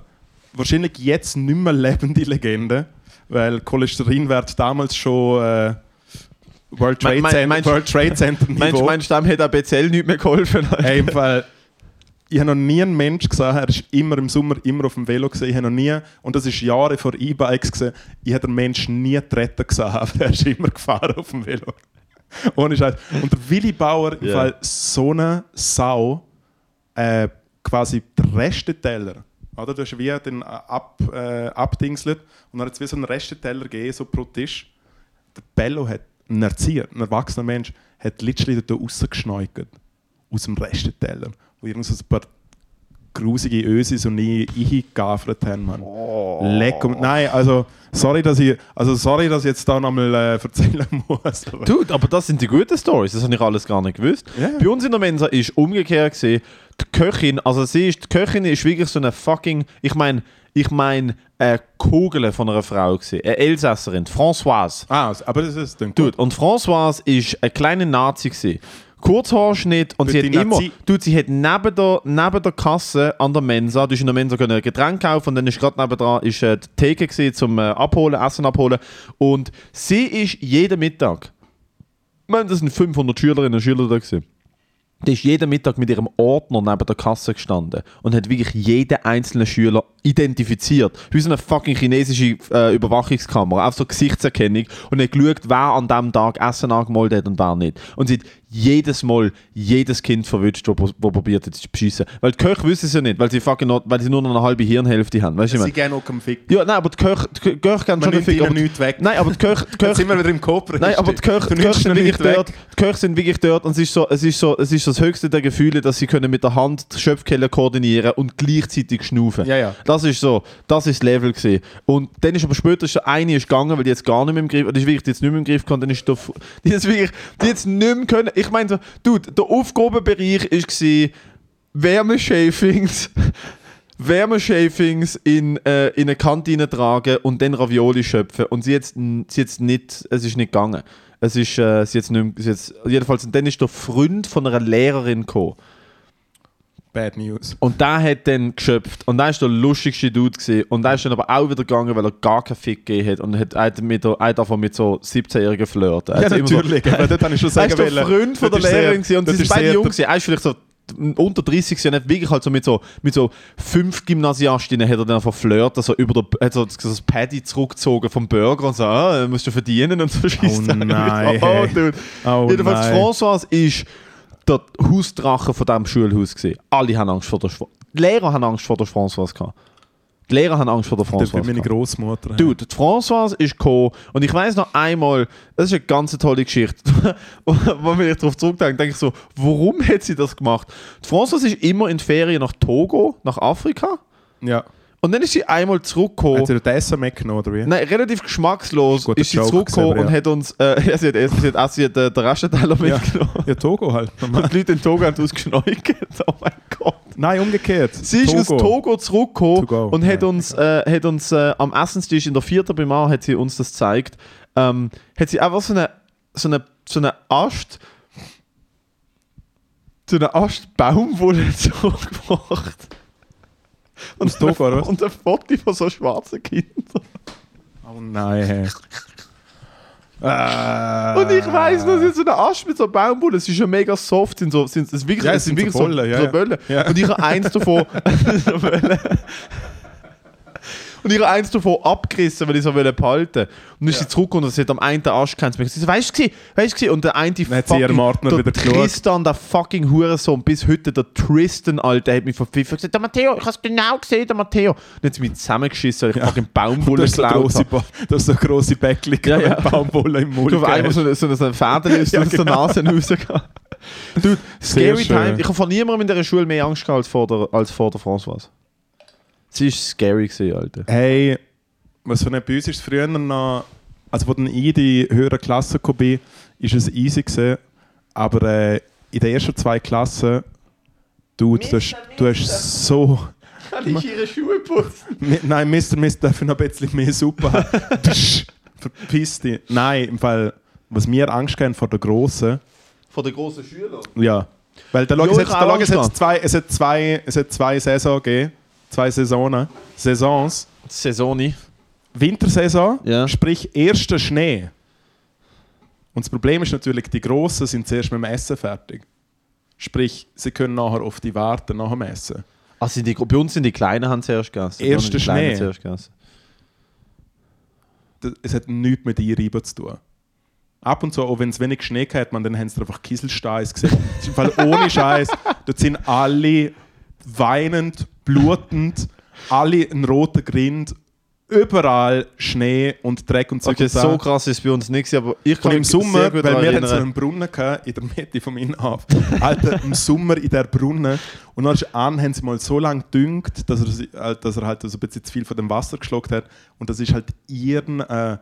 Speaker 3: wahrscheinlich jetzt nicht mehr lebende Legende, weil Cholesterinwert damals schon äh, World, Trade
Speaker 4: Me- mein-
Speaker 3: Center,
Speaker 4: meinst-
Speaker 3: World Trade Center Niveau.
Speaker 4: Meinst du, meinst du, dem hat auch BCL nicht mehr geholfen? Alter?
Speaker 3: Hey, im Fall, ich habe noch nie einen Mensch gesehen, er ist immer im Sommer immer auf dem Velo gesehen. Ich habe noch nie, und das ist Jahre vor E-Bikes gesehen, ich habe den Menschen nie treten gesehen, aber er ist immer gefahren auf dem Velo. Ohne Scheiß. Und der Willi Bauer, im
Speaker 4: Ja.
Speaker 3: Fall so eine Sau, äh, quasi der Resteteller. Oder? Du hast wie den ab, äh, abdingselt und dann hat es wie so einen Resteteller gegeben, so pro Tisch. Der Bello hat, ein Erzieher, ein erwachsener Mensch, hat literally da rausgeschneugert. Aus dem Resteteller. Wo irgend so ein paar grusige Ösis und ich eingegafert haben, Mann. Leck um, Nein, also sorry, dass ich, also sorry, dass ich jetzt da nochmal äh, erzählen muss. aber-
Speaker 4: Dude, aber das sind die guten Stories. Das habe ich alles gar nicht gewusst.
Speaker 3: Ja.
Speaker 4: Bei uns in der Mensa ist umgekehrt gesehen, die Köchin, also sie ist, die Köchin ist wirklich so eine fucking, ich meine, ich meine, eine Kugel von einer Frau gesehen, eine Elsasserin, Françoise.
Speaker 3: Ah, aber das ist dann
Speaker 4: Dude, und Françoise ist ein kleiner Nazi gewesen. Kurzhaarschnitt und sie hat
Speaker 3: Petit
Speaker 4: immer,
Speaker 3: Nazi.
Speaker 4: dude, sie hat neben der, neben der Kasse an der Mensa, du hast in der Mensa können ein Getränk kaufen und dann ist gerade nebendran ist, äh, die Theke gewesen, zum äh, Abholen, Essen abholen und sie ist jeden Mittag, ich meine, das sind 500 Schülerinnen und Schüler da gewesen, Da ist jeden Mittag mit ihrem Ordner neben der Kasse gestanden und hat wirklich jeden einzelnen Schüler identifiziert. Wie so eine fucking chinesische äh, Überwachungskamera, auf so Gesichtserkennung und hat geschaut, wer an diesem Tag Essen angemalt hat und wer nicht. Und sie hat jedes Mal jedes Kind verwünscht, das probiert hat zu beschissen. Weil die Köche wissen es ja nicht, weil sie, fucking noch, weil sie nur noch eine halbe Hirnhälfte haben. Weißt du,
Speaker 3: Sie
Speaker 4: ich meine?
Speaker 3: gehen auch am Fick.
Speaker 4: Ja, nein, aber die Köche, die Köche gehen schon
Speaker 3: nimmt
Speaker 4: viel,
Speaker 3: ihnen
Speaker 4: aber die-
Speaker 3: nichts weg.
Speaker 4: Nein, aber die Köche, die
Speaker 3: Jetzt
Speaker 4: Köche
Speaker 3: sind wir wieder im Cobra.
Speaker 4: Nein, aber die Köche, die Köche sind wirklich dort. Die Köche sind wirklich dort und es ist so, es ist so, es ist so das höchste der Gefühle, dass sie können mit der Hand die Schöpfkelle koordinieren und gleichzeitig schnaufen.
Speaker 3: Ja, ja.
Speaker 4: Das ist so, das ist das Level gewesen. Und dann ist aber später ist so eine ist gegangen, weil die jetzt gar nicht mehr im Griff, die ist wirklich die jetzt nicht mehr im Griff gehabt, dann ist der, F- die jetzt wirklich, die jetzt nicht mehr können. Ich meine, so, dude, der Aufgabenbereich ist gewesen, Wärmeshavings. Wärmeshavings in, äh, in eine Kantine tragen und dann Ravioli schöpfen. Und sie jetzt, sie jetzt nicht, es ist nicht gegangen. Es ist, äh, sie jetzt nicht, mehr- sie jetzt, jedenfalls, und dann ist der Freund von einer Lehrerin gekommen.
Speaker 3: Bad News.
Speaker 4: Und der hat dann geschöpft. Und der ist der lustigste Dude gewesen. Und der ist dann aber auch wieder gegangen, weil er gar keinen Fick gegeben hat. Und hat einen mit, der- einen davon mit so 17-Jährigen flirten. Er
Speaker 3: Ja,
Speaker 4: hat immer so-
Speaker 3: natürlich. aber dort habe ich schon
Speaker 4: er
Speaker 3: sagen
Speaker 4: ist der Freund von der
Speaker 3: das ist sehr-
Speaker 4: Lehrerin gewesen und
Speaker 3: das
Speaker 4: sie sind
Speaker 3: ist
Speaker 4: beide
Speaker 3: sehr-
Speaker 4: jung gewesen. Er ist vielleicht so unter 30 gewesen und hat wirklich halt so mit so, mit so fünf Gymnasiastinnen hat er dann verflirt, also über der, hat so das, das Paddy zurückgezogen vom Burger und so, ah, musst du verdienen und so
Speaker 3: Oh
Speaker 4: schießt er.
Speaker 3: nein.
Speaker 4: Oh, dude.
Speaker 3: Oh
Speaker 4: Jedenfalls
Speaker 3: nein.
Speaker 4: François ist der Hausdrache von diesem Schulhaus gewesen. Alle haben Angst vor der Schwa Die Lehrer haben Angst vor der François gehabt. Die Lehrer haben Angst vor der
Speaker 3: Dort
Speaker 4: François
Speaker 3: bin meine Großmutter.
Speaker 4: Dude, die Françoise ist gekommen und ich weiß noch einmal, das ist eine ganz tolle Geschichte. Und Wenn ich darauf zurückdenke, denke ich so, warum hat sie das gemacht? Die Françoise ist immer in Ferien nach Togo, nach Afrika
Speaker 3: Ja.
Speaker 4: und dann ist sie einmal zurückgekommen.
Speaker 3: Hat sie dort Essen mitgenommen, oder wie?
Speaker 4: Oh. Nein, relativ geschmackslos
Speaker 3: Guter
Speaker 4: ist sie
Speaker 3: Joke
Speaker 4: zurückgekommen
Speaker 3: gewesen, aber
Speaker 4: und
Speaker 3: ja.
Speaker 4: hat uns, äh, ja, sie hat, erst- sie hat, auch- sie hat äh, den Raschenteiler
Speaker 3: Ja.
Speaker 4: mitgenommen.
Speaker 3: ja, Togo halt.
Speaker 4: Und die Leute in Togo haben uns geschneugelt. Oh mein Gott.
Speaker 3: Nein, umgekehrt.
Speaker 4: Sie ist aus Togo zurückgekommen
Speaker 3: To go,
Speaker 4: und hat
Speaker 3: ja.
Speaker 4: uns, äh, hat uns äh, am Essenstisch in der vierten Bimar hat sie uns das gezeigt. Ähm, hat sie einfach so eine, so eine, so eine Ast, so eine Ast Baumwolle zurückgebracht. Und
Speaker 3: Aus Togo, oder was?
Speaker 4: Und ein Foto von so schwarzen Kindern.
Speaker 3: Oh nein. Ah.
Speaker 4: Und ich weiß noch, sie so eine Asche mit so einer Baumwolle. Es ist ja mega soft. Sind so, sind, es ist wirklich,
Speaker 3: Ja,
Speaker 4: es
Speaker 3: es sind
Speaker 4: wirklich
Speaker 3: so Bollen, ja,
Speaker 4: so
Speaker 3: ja.
Speaker 4: Böllen.
Speaker 3: Ja.
Speaker 4: Und ich habe eins davon. so Böllen. Und ich habe eins davon abgerissen, weil ich so wollte behalten. Und dann ist sie zurückgekommen und sie hat am einen den Arsch gekannt. Sie so, weißt du, weißt du, und der eine
Speaker 3: hat sie ihrem Partner
Speaker 4: der
Speaker 3: wieder geschaut.
Speaker 4: Tristan, der fucking Hurensohn, bis heute der Tristan, Alter, hat mich verpfiffen und gesagt, der Matteo, ich hab's genau gesehen, der Matteo. Und dann hat sie mich zusammengeschissen, weil ich fucking Baumwolle
Speaker 3: Das ist so
Speaker 4: geklaut habe.
Speaker 3: grosse, ba das ist so grosse Bäckchen,
Speaker 4: Ja, ja.
Speaker 3: mit Baumwolle im Mund.
Speaker 4: Du hast einmal so, so, so einen Fäden aus,
Speaker 3: Ja,
Speaker 4: aus
Speaker 3: genau.
Speaker 4: der Nase rausgegangen. Du,
Speaker 3: Sehr
Speaker 4: scary
Speaker 3: schön.
Speaker 4: time. Ich habe von niemandem in dieser Schule mehr Angst gehabt als vor der, als vor der Françoise. Sie ist scary gewesen, Alter.
Speaker 3: Hey, was für ein bei uns ist früher noch, also wo dann ich in die höhere Klasse gekommen bin, ist es easy gewesen, aber äh, in den ersten zwei Klassen, du, du, hast, du hast so,
Speaker 4: Kann ich ihre Schuhe putzen?
Speaker 3: Mi- nein, Mr. Mist darf ich noch ein bisschen mehr Suppe haben. Tsch, Verpiss dich. Nein, im Fall, was mir Angst geben vor der Grossen,
Speaker 4: Von der grossen Schüler?
Speaker 3: ja, weil da lag
Speaker 4: Jo,
Speaker 3: es
Speaker 4: ich
Speaker 3: jetzt,
Speaker 4: hab
Speaker 3: da
Speaker 4: auch
Speaker 3: lag es
Speaker 4: Angst
Speaker 3: jetzt zwei, es hat zwei, es hat zwei Saison gegeben, zwei Saisonen, Saisons,
Speaker 4: Saisoni.
Speaker 3: Wintersaison,
Speaker 4: Ja.
Speaker 3: sprich erster Schnee. Und das Problem ist natürlich, die Grossen sind zuerst mit dem Essen fertig. Sprich, sie können nachher auf die warten, nach dem Essen.
Speaker 4: Also die, bei uns sind die Kleinen haben zuerst gegessen.
Speaker 3: Erster
Speaker 4: Die Kleinen
Speaker 3: Schnee.
Speaker 4: zuerst gegessen.
Speaker 3: Das, es hat nichts mit Einreiben zu tun. Ab und zu, auch wenn es wenig Schnee gehabt hat, man, dann haben sie einfach Kieselsteins gesehen. Das ist im Fall ohne Scheiß. Dort sind alle weinend, blutend, alle einen roten Grind, überall Schnee und Dreck und so.
Speaker 4: Okay, so krass ist es bei uns nicht, gewesen, aber ich kann
Speaker 3: Und im
Speaker 4: mich sehr
Speaker 3: Sommer,
Speaker 4: gut
Speaker 3: weil
Speaker 4: daran
Speaker 3: wir hatten so
Speaker 4: erinnern.
Speaker 3: einen Brunnen gehabt, in der Mitte vom Innenhof. Alter, im Sommer in der Brunnen. Und dann ist an, haben sie mal so lange gedüngt, dass er, sie- äh, dass er halt so ein bisschen zu viel von dem Wasser geschluckt hat. Und das ist halt ihren äh,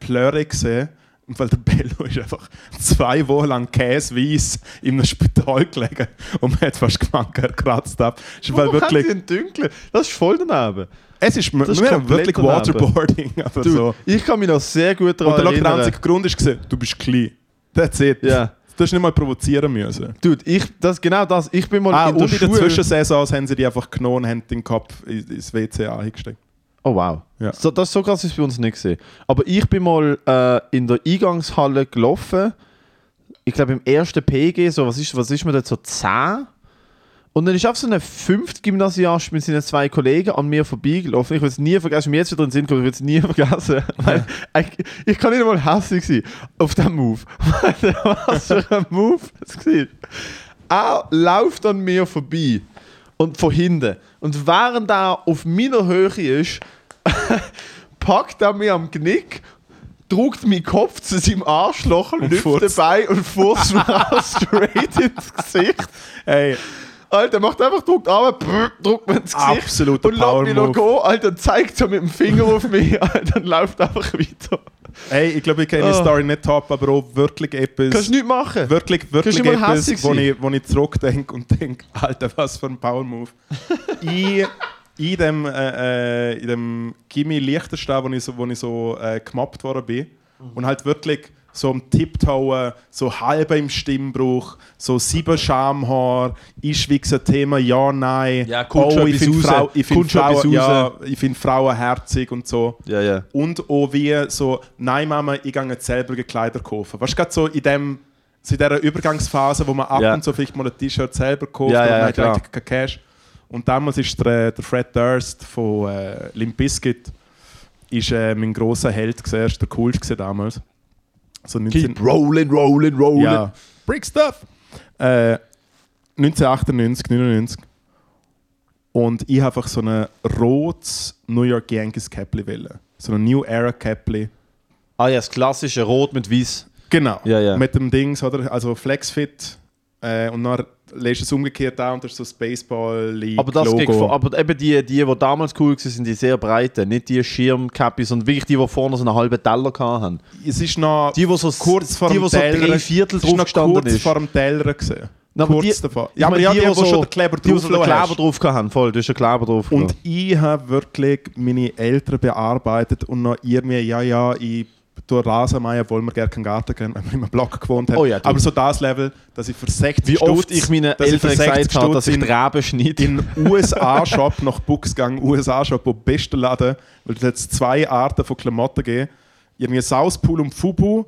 Speaker 3: Plöre gesehen. Und weil der Bello ist einfach zwei Wochen lang käseweiss in einem Spital gelegen und man hat fast gemerkt, er kratzt ab. Es ist, weil
Speaker 4: Warum haben sie
Speaker 3: wirklich,
Speaker 4: einen Dünkeln? Das ist voll daneben.
Speaker 3: es ist, wir
Speaker 4: ist
Speaker 3: haben
Speaker 4: komplett
Speaker 3: wirklich
Speaker 4: daneben.
Speaker 3: Waterboarding. Aber
Speaker 4: Dude,
Speaker 3: so.
Speaker 4: Ich kann mich noch sehr gut
Speaker 3: Und der
Speaker 4: daran
Speaker 3: lockere
Speaker 4: erinnern.
Speaker 3: einzige Grund war, du bist klein. That's it.
Speaker 4: Ja.
Speaker 3: Du hast nicht mal provozieren müssen.
Speaker 4: Dude, ich, das, genau das. Ich bin mal
Speaker 3: Ah,
Speaker 4: in der
Speaker 3: und in
Speaker 4: Schule.
Speaker 3: der Zwischensaison haben sie die einfach genommen und haben den Kopf in- ins WC angesteckt.
Speaker 4: Oh wow.
Speaker 3: Ja.
Speaker 4: So, das, so krass ist bei uns nicht gesehen. Aber ich bin mal äh, in der Eingangshalle gelaufen ich glaube, im ersten PG, so, was ist, was ist man dort so 10? Und dann ist auf so einem fünften Gymnasiast mit seinen zwei Kollegen an mir vorbeigelaufen. Ich will es nie vergessen, ist mir jetzt wieder in den Sinn gekommen, ich will es nie vergessen. Weil, ich, ich kann nicht einmal hässlich sein auf diesen Move. Weil, was für ein Move das war. Er läuft an mir vorbei und von hinten. Und während er auf meiner Höhe ist, packt er mich am Knick, drückt meinen Kopf zu seinem Arschloch, lüpft
Speaker 3: furzt.
Speaker 4: dabei und furzt mir auch straight ins Gesicht.
Speaker 3: Ey,
Speaker 4: Alter, macht einfach, drückt an, brrr, drückt mir ins Gesicht.
Speaker 3: Absoluter
Speaker 4: Und lässt mich
Speaker 3: Power-Move.
Speaker 4: noch gehen, Alter, zeigt so mit dem Finger auf mich, Alter, und läuft einfach weiter.
Speaker 3: ey ich glaube, ich kenne die
Speaker 4: Oh.
Speaker 3: Story nicht top, aber auch wirklich
Speaker 4: Kannst
Speaker 3: etwas.
Speaker 4: du nichts machen.
Speaker 3: Wirklich,
Speaker 4: Kannst
Speaker 3: wirklich
Speaker 4: du nicht mal hässig
Speaker 3: etwas, wo
Speaker 4: sein?
Speaker 3: ich, wo ich zurückdenke und denke, Alter, was für ein Power-Move. in, in dem, äh, äh, in dem Gimmi Liechtenstein, wo ich so, wo ich so äh, gemobbt worden bin,
Speaker 4: Mhm.
Speaker 3: und halt wirklich so am Tipptauen, so halb im Stimmbruch, so sieben Schamhaar, einschwiegsen Thema, ja, nein. Oh,
Speaker 4: Ja, kommt schon
Speaker 3: ich
Speaker 4: etwas
Speaker 3: finde
Speaker 4: raus.
Speaker 3: Frau, ich find
Speaker 4: Kommt schon
Speaker 3: Frauen,
Speaker 4: etwas
Speaker 3: ja,
Speaker 4: raus.
Speaker 3: ich find Frauen herzig und so.
Speaker 4: Ja, ja.
Speaker 3: Und auch wie so, nein Mama, ich gehe jetzt selber Kleider kaufen. Weißt du, gerade so in, dem, so in dieser Übergangsphase, wo man ab
Speaker 4: Ja.
Speaker 3: und zu vielleicht mal ein T-Shirt selber kauft
Speaker 4: Ja, ja,
Speaker 3: und
Speaker 4: ja,
Speaker 3: hat
Speaker 4: klar.
Speaker 3: eigentlich keinen Cash. Und damals ist der, der Fred Durst von äh, Limp Bizkit ist, äh, mein großer Held, gewesen, er ist der coolste gewesen damals. So 19
Speaker 4: Keep rolling, rolling, rolling.
Speaker 3: ja. Brick Stuff! Äh, 1998, 99. Und ich habe einfach so eine rotes New York Yankees Cappli wählen. So eine New Era Cappli.
Speaker 4: Ah ja, das klassische Rot mit Weiß.
Speaker 3: Genau.
Speaker 4: Ja, ja.
Speaker 3: Mit dem Dings, oder? Also Flexfit. Äh, und dann lässt du es umgekehrt an und das ist so das Baseball-League.
Speaker 4: Aber, das geht,
Speaker 3: Logo.
Speaker 4: vor- aber eben die, die, die damals cool waren, sind die sehr breiten. Nicht die Schirmcappis, sondern wirklich die, die vorne so einen halben Teller hatten.
Speaker 3: es ist noch
Speaker 4: Die, die so,
Speaker 3: kurz vor
Speaker 4: die,
Speaker 3: dem
Speaker 4: die so
Speaker 3: Teller.
Speaker 4: drei Viertel
Speaker 3: es ist
Speaker 4: drauf
Speaker 3: noch
Speaker 4: gestanden
Speaker 3: kurz
Speaker 4: ist.
Speaker 3: vor dem Teller gesehen.
Speaker 4: Na, aber
Speaker 3: kurz
Speaker 4: die-
Speaker 3: davor.
Speaker 4: ich
Speaker 3: Ja, aber
Speaker 4: meine,
Speaker 3: ja, die, die,
Speaker 4: so-
Speaker 3: schon den Kleber
Speaker 4: die, die so den
Speaker 3: drauf
Speaker 4: Kleber drauf hatten. Voll, du hast den Kleber drauf.
Speaker 3: Und ich habe wirklich meine Eltern bearbeitet und noch irgendwie, ja, ja, ich tue Rasenmeier, obwohl wir gerne keinen Garten kennen, wenn wir im Block gewohnt haben.
Speaker 4: Oh ja, du.
Speaker 3: Aber so das Level, dass ich für 60
Speaker 4: Wie oft
Speaker 3: Stutz-
Speaker 4: ich meinen
Speaker 3: dass ich für
Speaker 4: Eltern
Speaker 3: 60
Speaker 4: gesagt habe, dass ich
Speaker 3: Stutz
Speaker 4: die Raben schneide.
Speaker 3: in den USA-Shop nach Buchs gegangen, USA-Shop, wo besten Laden, weil es jetzt zwei Arten von Klamotten gegeben. Irgendwie Southpool und Fubu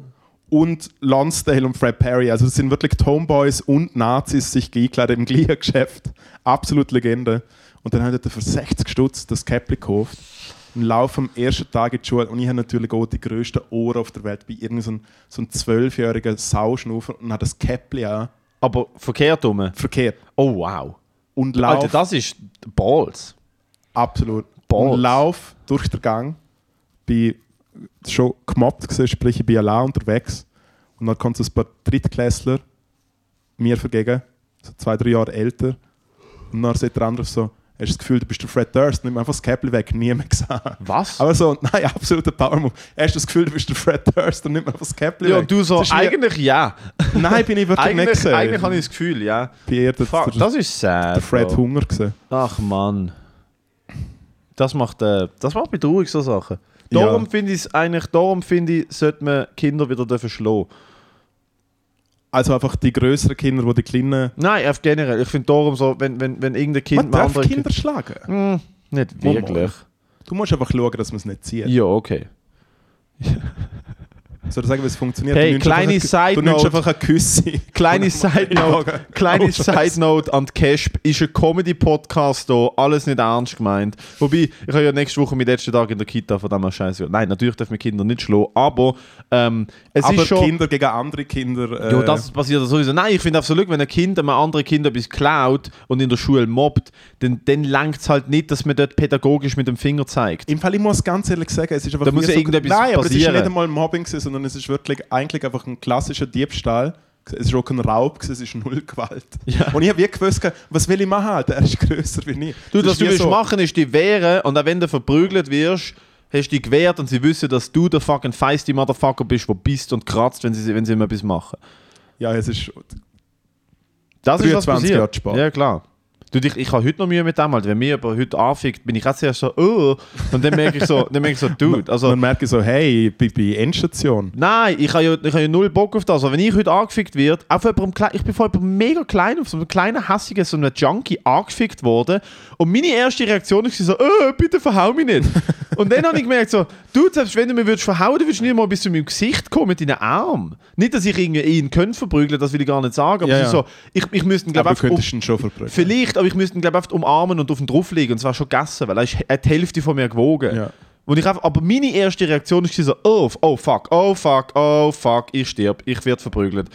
Speaker 3: und Lonsdale und Fred Perry. Also das sind wirklich die Homeboys und Nazis sich eingekleidet im gleichen Geschäft. Absolut Legende. Und dann hat er für 60 Stutz das Käppli gekauft und laufe am ersten Tag in die Schule und ich habe natürlich auch die grössten Ohren auf der Welt. Bei irgendeinem so ein- so ein zwölfjähriger Sauschnufer und habe das Käppli an.
Speaker 4: Aber verkehrt rum.
Speaker 3: Verkehrt.
Speaker 4: Oh wow.
Speaker 3: Und
Speaker 4: Alter,
Speaker 3: laufe
Speaker 4: das ist Balls.
Speaker 3: Absolut.
Speaker 4: Balls.
Speaker 3: Und lauf durch den Gang, bin schon gemobbt, gewesen, sprich, ich bin allein unterwegs. Und dann kommt so ein paar Drittklässler mir vergegen, so zwei, drei Jahre älter. Und dann sagt der andere so, hast du das Gefühl, du bist der Fred Durst, nimm einfach das Käppli weg, nie mehr gesehen.
Speaker 4: Was?
Speaker 3: Aber so, nein, absoluter Power-Move. Hast du das Gefühl, du bist der Fred Durst und nimm einfach das Käppli
Speaker 4: ja,
Speaker 3: weg.
Speaker 4: und du so,
Speaker 3: Das ist wie-
Speaker 4: eigentlich ja.
Speaker 3: Nein, bin ich wirklich nicht
Speaker 4: Eigentlich,
Speaker 3: gesehen.
Speaker 4: eigentlich habe ich das Gefühl, ja.
Speaker 3: bin eher der,
Speaker 4: Fuck,
Speaker 3: der,
Speaker 4: das ist sad.
Speaker 3: der Fred
Speaker 4: Bro.
Speaker 3: Hunger gesehen.
Speaker 4: Ach Mann. Das macht, äh, das macht mich traurig, so Sachen. Darum
Speaker 3: Ja.
Speaker 4: finde ich es eigentlich, darum finde ich, sollte man Kinder wieder dürfen schlagen.
Speaker 3: Also einfach die größeren Kinder, die die kleinen...
Speaker 4: Nein, auf generell. Ich finde darum so, wenn, wenn, wenn irgendein Kind
Speaker 3: Man
Speaker 4: mal
Speaker 3: darf
Speaker 4: andere
Speaker 3: Kinder schlagen.
Speaker 4: Nicht
Speaker 3: Mal, mal.
Speaker 4: wirklich.
Speaker 3: Du musst einfach schauen, dass man es nicht sieht.
Speaker 4: Ja, okay.
Speaker 3: Soll ich sagen, wie es funktioniert?
Speaker 4: Hey,
Speaker 3: Du nimmst
Speaker 4: kleine
Speaker 3: einfach eine- Du nimmst
Speaker 4: Side-Note.
Speaker 3: einfach eine Küsse.
Speaker 4: Kleine Side Note,
Speaker 3: Augen.
Speaker 4: kleine
Speaker 3: Oh, Scheiße.
Speaker 4: Side Note an die Casp ist ein Comedy-Podcast hier, alles nicht ernst gemeint. Wobei, ich habe ja nächste Woche meinen letzten Tag in der Kita, von dem her scheiße. Nein, natürlich dürfen wir Kinder nicht schlagen, aber ähm, es
Speaker 3: Aber
Speaker 4: ist schon...
Speaker 3: Kinder gegen andere Kinder. Äh,
Speaker 4: Ja, das passiert ja sowieso. Nein, ich finde absolut, wenn ein Kind einem anderen Kind etwas klaut und in der Schule mobbt, dann, dann langt es halt nicht, dass man dort pädagogisch mit dem Finger zeigt.
Speaker 3: Im Fall, ich muss ganz ehrlich sagen, es ist einfach
Speaker 4: Da
Speaker 3: mir
Speaker 4: muss ja irgendetwas
Speaker 3: Nein, aber es ist
Speaker 4: passieren.
Speaker 3: nicht einmal Mobbing, gewesen, sondern es ist wirklich eigentlich einfach ein klassischer Diebstahl. Es ist auch kein Raub, gewesen, es ist null Gewalt.
Speaker 4: Ja.
Speaker 3: Und ich habe wirklich gewusst, was will ich machen? Alter? Er ist grösser wie ich.
Speaker 4: Du,
Speaker 3: Es ist
Speaker 4: was du
Speaker 3: wie
Speaker 4: willst
Speaker 3: so-
Speaker 4: machen, ist die wehren und auch wenn du verprügelt wirst, hast du dich gewehrt und sie wissen, dass du der fucking feiste Motherfucker bist, der bist und kratzt, wenn sie, wenn sie ihm etwas machen.
Speaker 3: Ja, es ist...
Speaker 4: Das ist was
Speaker 3: 23
Speaker 4: passiert.
Speaker 3: Jahre zu spät.
Speaker 4: Ja, klar. Du, ich, ich habe heute noch Mühe mit dem, halt. wenn mir aber heute anfickt, bin ich auch zuerst so, oh, und dann merke ich so, dann merke ich so, dude, also...
Speaker 3: man merkt so, hey, ich bin bei Endstation.
Speaker 4: Nein, ich habe ja, ich habe ja null Bock auf das. Aber wenn ich heute angefickt werde, auch von jemandem, klei- ich bin von jemandem mega klein, auf so einem kleinen, hässigen, so einem Junkie angefickt worden. Und meine erste Reaktion war so, äh, bitte verhau mich nicht. Und dann habe ich gemerkt, so, du, selbst wenn du mich würdest verhauen würdest, würdest du nicht mal bis zu meinem Gesicht kommen mit deinen Armen. Nicht, dass ich irgendwie ihn könnte verprügeln, das will ich gar nicht sagen, aber
Speaker 3: Ja,
Speaker 4: es ist
Speaker 3: ja.
Speaker 4: so, ich, ich müsste ihn, glaube
Speaker 3: Aber du
Speaker 4: ich, um,
Speaker 3: könntest ihn schon verprügeln.
Speaker 4: vielleicht, aber ich müsste ihn, glaube ich, umarmen und auf ihn drauflegen und zwar schon gegessen, weil er, ist, er hat die Hälfte von mir gewogen.
Speaker 3: Ja.
Speaker 4: Und ich einfach, aber meine erste Reaktion war so, oh, f- oh fuck, oh fuck, oh fuck, ich stirb, ich werde verprügelt.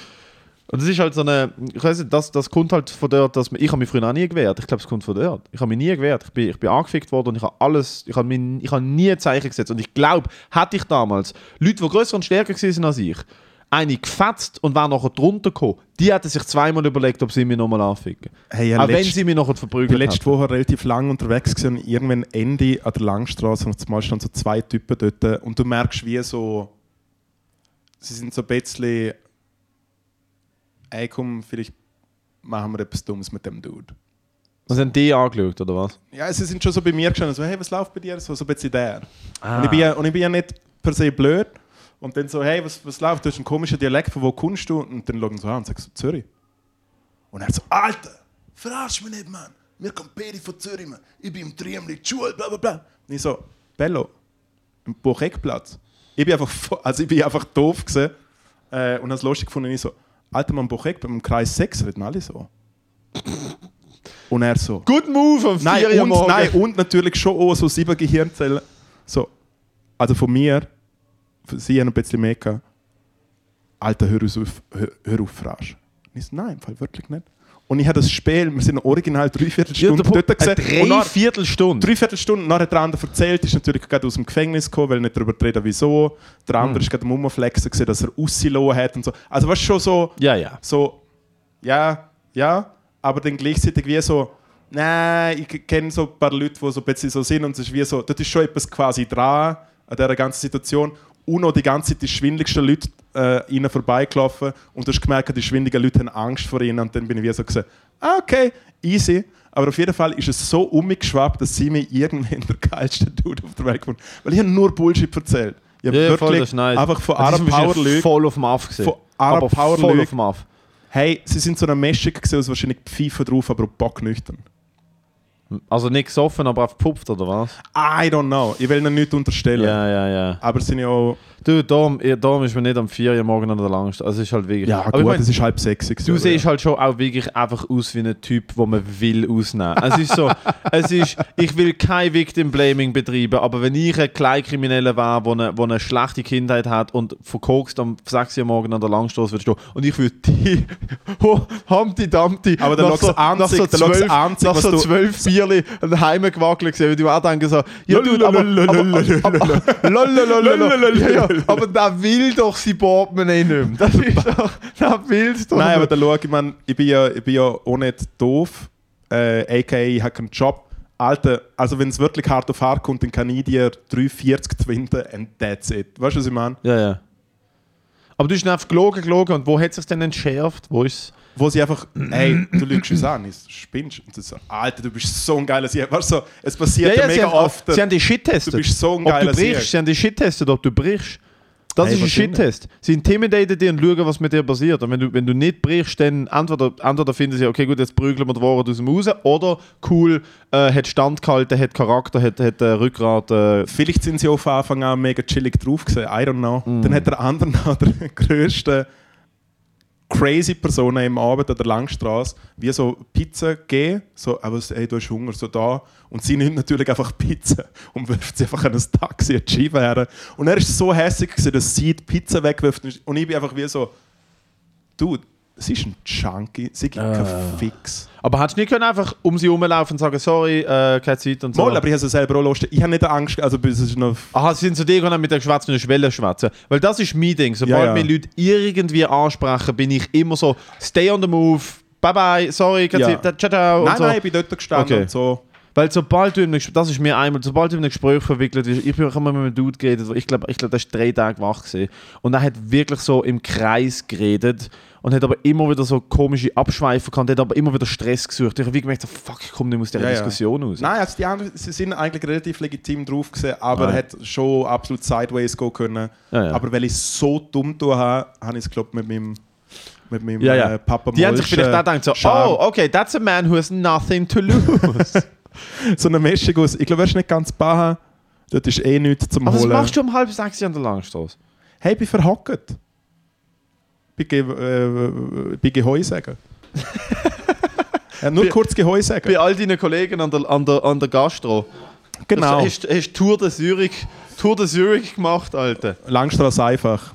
Speaker 4: Und das ist halt so eine, ich weiß nicht, das, das kommt halt von dort, dass man, ich habe mich früher auch nie gewehrt. Ich glaube, es kommt von dort. Ich habe mich nie gewehrt. Ich bin, ich bin angefickt worden und ich habe alles, ich habe, mich, ich habe nie ein Zeichen gesetzt. Und ich glaube, hätte ich damals Leute, die größer und stärker waren als ich, eine gefetzt und wären nachher drunter gekommen, die hätten sich zweimal überlegt, ob sie mich nochmal anficken.
Speaker 3: Hey, ja,
Speaker 4: auch wenn
Speaker 3: letzt-
Speaker 4: sie mich nachher
Speaker 3: Ich war
Speaker 4: verprügelt
Speaker 3: letzte
Speaker 4: hätten.
Speaker 3: Woche relativ lang unterwegs gewesen und irgendwann Ende an der Langstraße und zumal standen so zwei Typen dort und du merkst wie so, sie sind so ein bisschen, ey komm, vielleicht machen wir etwas Dummes mit dem Dude.
Speaker 4: Und sie haben die angeschaut, oder was?
Speaker 3: Ja, sie sind schon so bei mir gestanden, so hey, was läuft bei dir? So, so ein bisschen der. Und, ich bin ja, und ich bin ja nicht per se blöd und dann so, hey, was, was läuft? Du hast einen komischen Dialekt, von wo kommst du? Und dann schauen sie so an und sagen so, Zürich. Und er so, Alter, verarsch mich nicht, Mann. Wir kommen Peri von Zürich, Mann. Ich bin im Triemli, die Schule, bla bla bla. Und ich so, Bello, im Bucheckplatz. Ich bin einfach, vo- also ich bin einfach doof gewesen, äh, und habe es lustig gefunden. Und ich so, Alter, man Bucheck, beim Kreis 6 reden alle so. Und er so,
Speaker 4: Good move am
Speaker 3: Nein,
Speaker 4: Vier Uhr
Speaker 3: und,
Speaker 4: morgens.
Speaker 3: nein, und natürlich schon auch so sieben Gehirnzellen. So, also von mir, für sie haben ein bisschen mehr gehabt. Alter, hör uns auf, hör, hör auf, Frasch. Und Ich so, nein, im Fall wirklich nicht. Und ich habe das Spiel, wir sind original dreiviertel
Speaker 4: Ja,
Speaker 3: Stunde
Speaker 4: der Punkt-
Speaker 3: dort
Speaker 4: eine
Speaker 3: gesehen. Und nach
Speaker 4: Dreiviertelstunde.
Speaker 3: dreiviertel Stunde nachher der andere erzählt, ist natürlich gerade aus dem Gefängnis gekommen, weil nicht darüber reden, wieso. Der
Speaker 4: Hm.
Speaker 3: andere ist gerade am Umflexen gesehen, dass er ausgelassen hat und so. Also weißt du schon so
Speaker 4: Ja, ja.
Speaker 3: so, ja, ja, aber dann gleichzeitig wie so, nein, ich kenne so ein paar Leute, die so ein bisschen so sind und es ist wie so, das ist schon etwas quasi dran an dieser ganzen Situation. Und noch die ganze Zeit die schwindeligsten Leute äh, ihnen vorbeigelaufen und du hast gemerkt, die schwindigen Leute haben Angst vor ihnen und dann bin ich wie so gesagt, ah, okay, easy. Aber auf jeden Fall ist es so umgeschwappt, dass sie mir irgendwann der geilste Dude auf der Welt gefunden Weil ich habe nur Bullshit erzählt. Ich habe
Speaker 4: Ja, voll,
Speaker 3: wirklich
Speaker 4: das ist nice.
Speaker 3: einfach von
Speaker 4: Das ist
Speaker 3: Arab
Speaker 4: wahrscheinlich
Speaker 3: Power Leute
Speaker 4: Voll auf dem Aff gesehen.
Speaker 3: Von Arab
Speaker 4: aber
Speaker 3: Power
Speaker 4: voll
Speaker 3: League.
Speaker 4: auf dem Aff.
Speaker 3: Hey, sie sind so eine Mischung gewesen, aus wahrscheinlich Pfeifen drauf, aber bocknüchtern.
Speaker 4: Also nicht gesoffen, aber auf gepupft, oder was?
Speaker 3: I don't know. Ich will ihnen nichts unterstellen.
Speaker 4: Ja, ja, ja.
Speaker 3: Aber sie sind ja auch...
Speaker 4: Du, darum, ja, darum ist man nicht am 4 Uhr morgen an der Langstraße. Also es ist halt wirklich... aber ich mein,
Speaker 3: es ist halb sechs.
Speaker 4: Du siehst halt schon auch wirklich einfach aus wie ein Typ, wo man will ausnehmen. Es ist so, es ist, ich will kein Victim Blaming betreiben, aber wenn ich ein Kleinkrimineller war, wo eine, wo eine schlechte Kindheit hat und verkokst am 6 Uhr morgen an der Langstrasse würdest stehen und ich würde die, oh, Humpty Dumpty,
Speaker 3: Aber dann schaust du einzig- dann schaust du einzig,
Speaker 4: nach
Speaker 3: was
Speaker 4: so
Speaker 3: du-
Speaker 4: zwölf Bierli heimgewackelt sehen, würde ich mir auch denken so, ja du, aber, aber, aber, Lalalala. Ja, ja, aber der will doch sein Portemonnaie nicht mehr. Das ist doch, der will es doch
Speaker 3: Nein, aber
Speaker 4: nicht.
Speaker 3: da schau, ich, mein, ich, bin ja, ich bin ja auch nicht doof. Äh, a.k.a. ich habe keinen Job. Alter, also wenn es wirklich hart auf hart kommt, dann kann ich dir 3,40 twinden and that's it. Weißt du, was ich meine?
Speaker 4: Ja, ja. Aber du hast einfach gelogen, gelogen. Und wo hat es sich denn entschärft? Wo ist
Speaker 3: Wo sie einfach, ey, du lügst uns an, ich so, spinnst. Und sie so, Alter, du bist so ein geiler Sieg. Weißt du, so, es passiert ja, mega
Speaker 4: sie, haben,
Speaker 3: oft.
Speaker 4: sie haben die Shit testet.
Speaker 3: Du bist so ein
Speaker 4: ob du
Speaker 3: geiler
Speaker 4: brichst,
Speaker 3: Sieg.
Speaker 4: Sie haben die Shit testet, ob du brichst. Das
Speaker 3: Hey,
Speaker 4: ist ein
Speaker 3: wahrscheinlich.
Speaker 4: Shit-Test. Sie intimidaten dich und schauen, was mit dir passiert. Und wenn du, wenn du nicht brichst, dann entweder, entweder finden sie, okay, gut, jetzt prügeln wir die Wahrheit aus dem Haus. Oder, cool, äh, hat Stand gehalten, hat Charakter, hat, hat äh, Rückgrat. Äh,
Speaker 3: Vielleicht sind sie auch von Anfang an mega chillig drauf gewesen, I don't know.
Speaker 4: Mm.
Speaker 3: Dann hat der andere noch der grössten crazy Person im Abend an der Langstrasse wie so Pizza gegeben, so, aber so, ey, du hast Hunger, so da. Und sie nimmt natürlich einfach Pizza und wirft sie einfach an ein Taxi, an die Scheibe her. Und er ist so hässlich gewesen, dass sie die Pizza wegwirft. Und ich bin einfach wie so, du, sie ist ein Junkie, sie gibt
Speaker 4: Ah.
Speaker 3: keinen Fix.
Speaker 4: aber hättest du nicht können einfach um sie herumlaufen und sagen, sorry, äh, keine Zeit und so?
Speaker 3: Mal, aber ich habe es selber auch lustig. Ich habe nicht Angst, also es ist noch
Speaker 4: Aha, sie sind zu dir gekommen mit der schwarzen Schwelle schwätzen. Weil das ist mein Ding. Sobald
Speaker 3: Ja, ja.
Speaker 4: mir Leute irgendwie ansprechen, bin ich immer so, stay on the move, bye bye, sorry,
Speaker 3: Ja.
Speaker 4: ja. ciao, ciao. und
Speaker 3: Nein,
Speaker 4: so.
Speaker 3: nein, ich bin dort gestanden
Speaker 4: Okay.
Speaker 3: und so.
Speaker 4: Weil sobald du in einem Gespräch, das ist mir einmal, sobald du in einem Gespräch verwickelt bist, ich bin ich hab mal mit einem Dude geredet, wo ich glaube, ich glaub, der ist drei Tage wach gewesen. Und er hat wirklich so im Kreis geredet und hat aber immer wieder so komische Abschweifen gehabt, hat aber immer wieder Stress gesucht. Ich habe wie gemerkt, so, fuck, ich komme nicht mehr aus dieser
Speaker 3: Ja, ja.
Speaker 4: Diskussion raus.
Speaker 3: Nein, also die anderen sie sind eigentlich relativ legitim drauf gewesen, aber
Speaker 4: Nein.
Speaker 3: hat schon absolut sideways gehen können.
Speaker 4: Ah, Ja, ja.
Speaker 3: Aber weil ich so dumm tun habe, habe ich es glaube mit meinem, mit meinem
Speaker 4: Ja, ja.
Speaker 3: Äh, Papa
Speaker 4: Die haben sich vielleicht auch gedacht, so,
Speaker 3: Charme.
Speaker 4: oh, okay, that's a man who has nothing to lose. oh.
Speaker 3: so eine Mischung aus. Ich glaube, er ist nicht ganz Baha, Dort ist eh nichts zum
Speaker 4: Aber was
Speaker 3: Holen.
Speaker 4: machst du um halb sechs an der Langstrasse?
Speaker 3: Hey, ich bin verhockt. Bei, Ge äh, bei Gehäusägen. ja, nur
Speaker 4: Bei-
Speaker 3: kurz Gehäusägen.
Speaker 4: Bei all deinen Kollegen an der, an der, an der Gastro.
Speaker 3: Genau.
Speaker 4: Hast du hast Tour de Zürich, Tour de Zürich gemacht, Alter?
Speaker 3: Langstrasse einfach.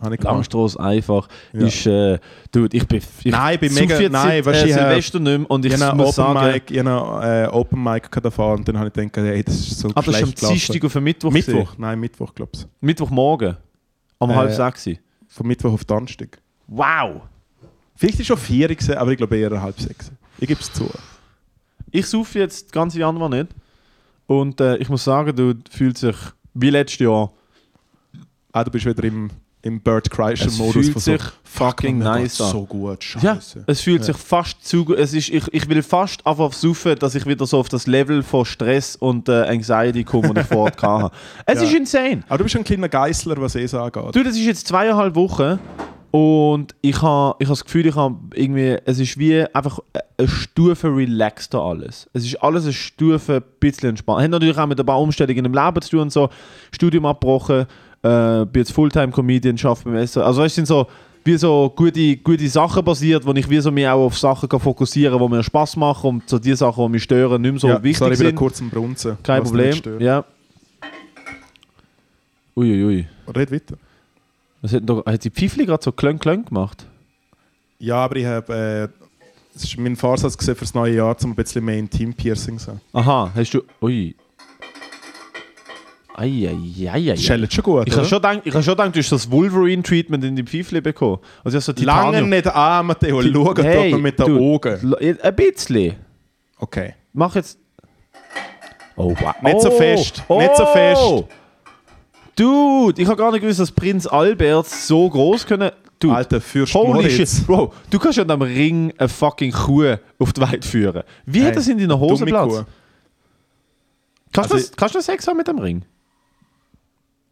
Speaker 3: Habe ich gemacht.
Speaker 4: Langstrasse einfach
Speaker 3: Ja.
Speaker 4: ist, äh, dude, ich bin, ich
Speaker 3: Nein, ich bin
Speaker 4: zu
Speaker 3: mega-
Speaker 4: viel
Speaker 3: nein, weißt
Speaker 4: Zeit,
Speaker 3: du,
Speaker 4: äh, genau,
Speaker 3: ich hab-
Speaker 4: Silvester nicht mehr und ich
Speaker 3: Ich habe einen
Speaker 4: muss
Speaker 3: Genau, Open
Speaker 4: sagen,
Speaker 3: Mic, ich habe einen, äh, Open Mic gefahren und dann habe ich gedacht, hey, das ist so
Speaker 4: ah, das ist am
Speaker 3: schlecht gelaufen.
Speaker 4: Dienstag auf den Mittwoch. gewesen.
Speaker 3: Mittwoch, nein, Mittwoch, glaube ich.
Speaker 4: Mittwochmorgen. Um
Speaker 3: Äh,
Speaker 4: halb sechs.
Speaker 3: Von Mittwoch auf Donnerstag.
Speaker 4: Wow!
Speaker 3: Vielleicht ist schon vier, gewesen, aber ich glaube eher halb sechs. Ich gebe es zu.
Speaker 4: Ich suche jetzt den ganzen Januar nicht. Und äh, ich muss sagen, du fühlst dich wie letztes Jahr.
Speaker 3: Ah, du bist wieder im, im Bird
Speaker 4: Es
Speaker 3: Kreischer-Modus.
Speaker 4: fühlt sich fucking
Speaker 3: mir
Speaker 4: nice
Speaker 3: geht's
Speaker 4: an.
Speaker 3: so gut,
Speaker 4: Ja,
Speaker 3: scheiße.
Speaker 4: es fühlt sich fast zu gut. Es ist, ich, ich will fast einfach saufen, dass ich wieder so auf das Level von Stress und äh, Anxiety komme, das ich vorher gehabt habe. Es
Speaker 3: Ja.
Speaker 4: ist insane.
Speaker 3: Aber du bist ein kleiner Geißler, was es angeht.
Speaker 4: Du, das ist jetzt zweieinhalb Wochen und ich habe ich ha das Gefühl, ich habe irgendwie, es ist wie einfach eine Stufe relaxter alles. Es ist alles eine Stufe ein bisschen entspannt. Hat natürlich auch mit ein paar Umstellungen im Leben zu tun und so. Studium abgebrochen, äh, bin jetzt Fulltime-Comedian, arbeite beim SRF. Also weißt du, sind so wie so gute, gute Sachen basiert, wo ich wie so mich auch auf Sachen kann fokussieren kann, die mir Spaß machen und so die Sachen, die mich stören, nicht mehr so
Speaker 3: ja,
Speaker 4: wichtig
Speaker 3: sorry, ich bin
Speaker 4: sind.
Speaker 3: kurz am Brunzen.
Speaker 4: Kein
Speaker 3: was
Speaker 4: Problem.
Speaker 3: nicht stört.
Speaker 4: Ja. Uiuiui.
Speaker 3: Red weiter.
Speaker 4: Was hat, denn da, hat die Pfiffli gerade so klön klön gemacht?
Speaker 3: Ja, aber ich habe... Äh, es ist mein Vorsatz gesehen für das neue Jahr, um ein bisschen mehr Intim-Piercing zu haben.
Speaker 4: Aha, hast du. Ui. Eieieiei.
Speaker 3: Das schält schon gut,
Speaker 4: Ich
Speaker 3: oder?
Speaker 4: habe schon gedacht, ich hab schon gedacht, du hast das Wolverine-Treatment in die Pfiffli bekommen. Also, ich hab so
Speaker 3: Lange
Speaker 4: Titanium-
Speaker 3: nicht an, Matteo. Schau doch
Speaker 4: Hey,
Speaker 3: mal mit den
Speaker 4: dude,
Speaker 3: Augen.
Speaker 4: l- Ein bisschen.
Speaker 3: Okay.
Speaker 4: Mach jetzt. Oh, wow.
Speaker 3: Nicht so fest, nicht so fest.
Speaker 4: Dude, ich habe gar nicht gewusst, dass Prinz Albert so groß können. Dude,
Speaker 3: Alter, Fürst
Speaker 4: holy
Speaker 3: Moritz.
Speaker 4: shit. Bro, du kannst an dem Ring eine fucking Kuh auf die Weide führen. Wie hat
Speaker 3: Hey,
Speaker 4: das in deiner Hose
Speaker 3: dumme
Speaker 4: Platz?
Speaker 3: Kuh.
Speaker 4: Kannst,
Speaker 3: Also-
Speaker 4: du, kannst du Sex haben mit dem Ring?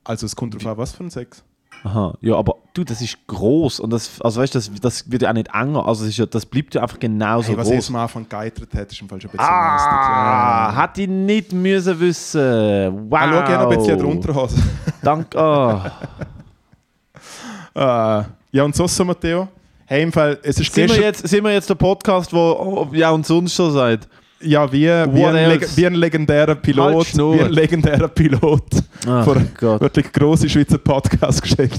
Speaker 3: Also es kommt drauf an, was für ein Sex.
Speaker 4: Aha, ja, aber du, das ist groß und das, also weißt du, das, das wird ja auch nicht enger, also das, ist ja, das bleibt ja einfach genauso
Speaker 3: Hey, Also, was ich
Speaker 4: groß.
Speaker 3: am Anfang geitert hat, ist im Fall schon ein bisschen
Speaker 4: Ah,
Speaker 3: nasty.
Speaker 4: hat die nicht müssen wissen. Wow.
Speaker 3: Ah, schau gerne ein bisschen drunter Hose.
Speaker 4: Danke. ah.
Speaker 3: Ah, ja, und sonst so, Matteo? Hey, im Fall, es ist
Speaker 4: Sind wir,
Speaker 3: gestern-
Speaker 4: jetzt, sind wir jetzt der Podcast, wo oh, ja und sonst schon seid?
Speaker 3: Ja, wie, wie,
Speaker 4: What
Speaker 3: ein, Leg
Speaker 4: else?
Speaker 3: wie ein legendärer Pilot.
Speaker 4: Halt Schnur.
Speaker 3: wie ein legendärer Pilot.
Speaker 4: Ach
Speaker 3: Vor
Speaker 4: Gott. Uh.
Speaker 3: wirklich grosse Schweizer Podcast-Geschichte,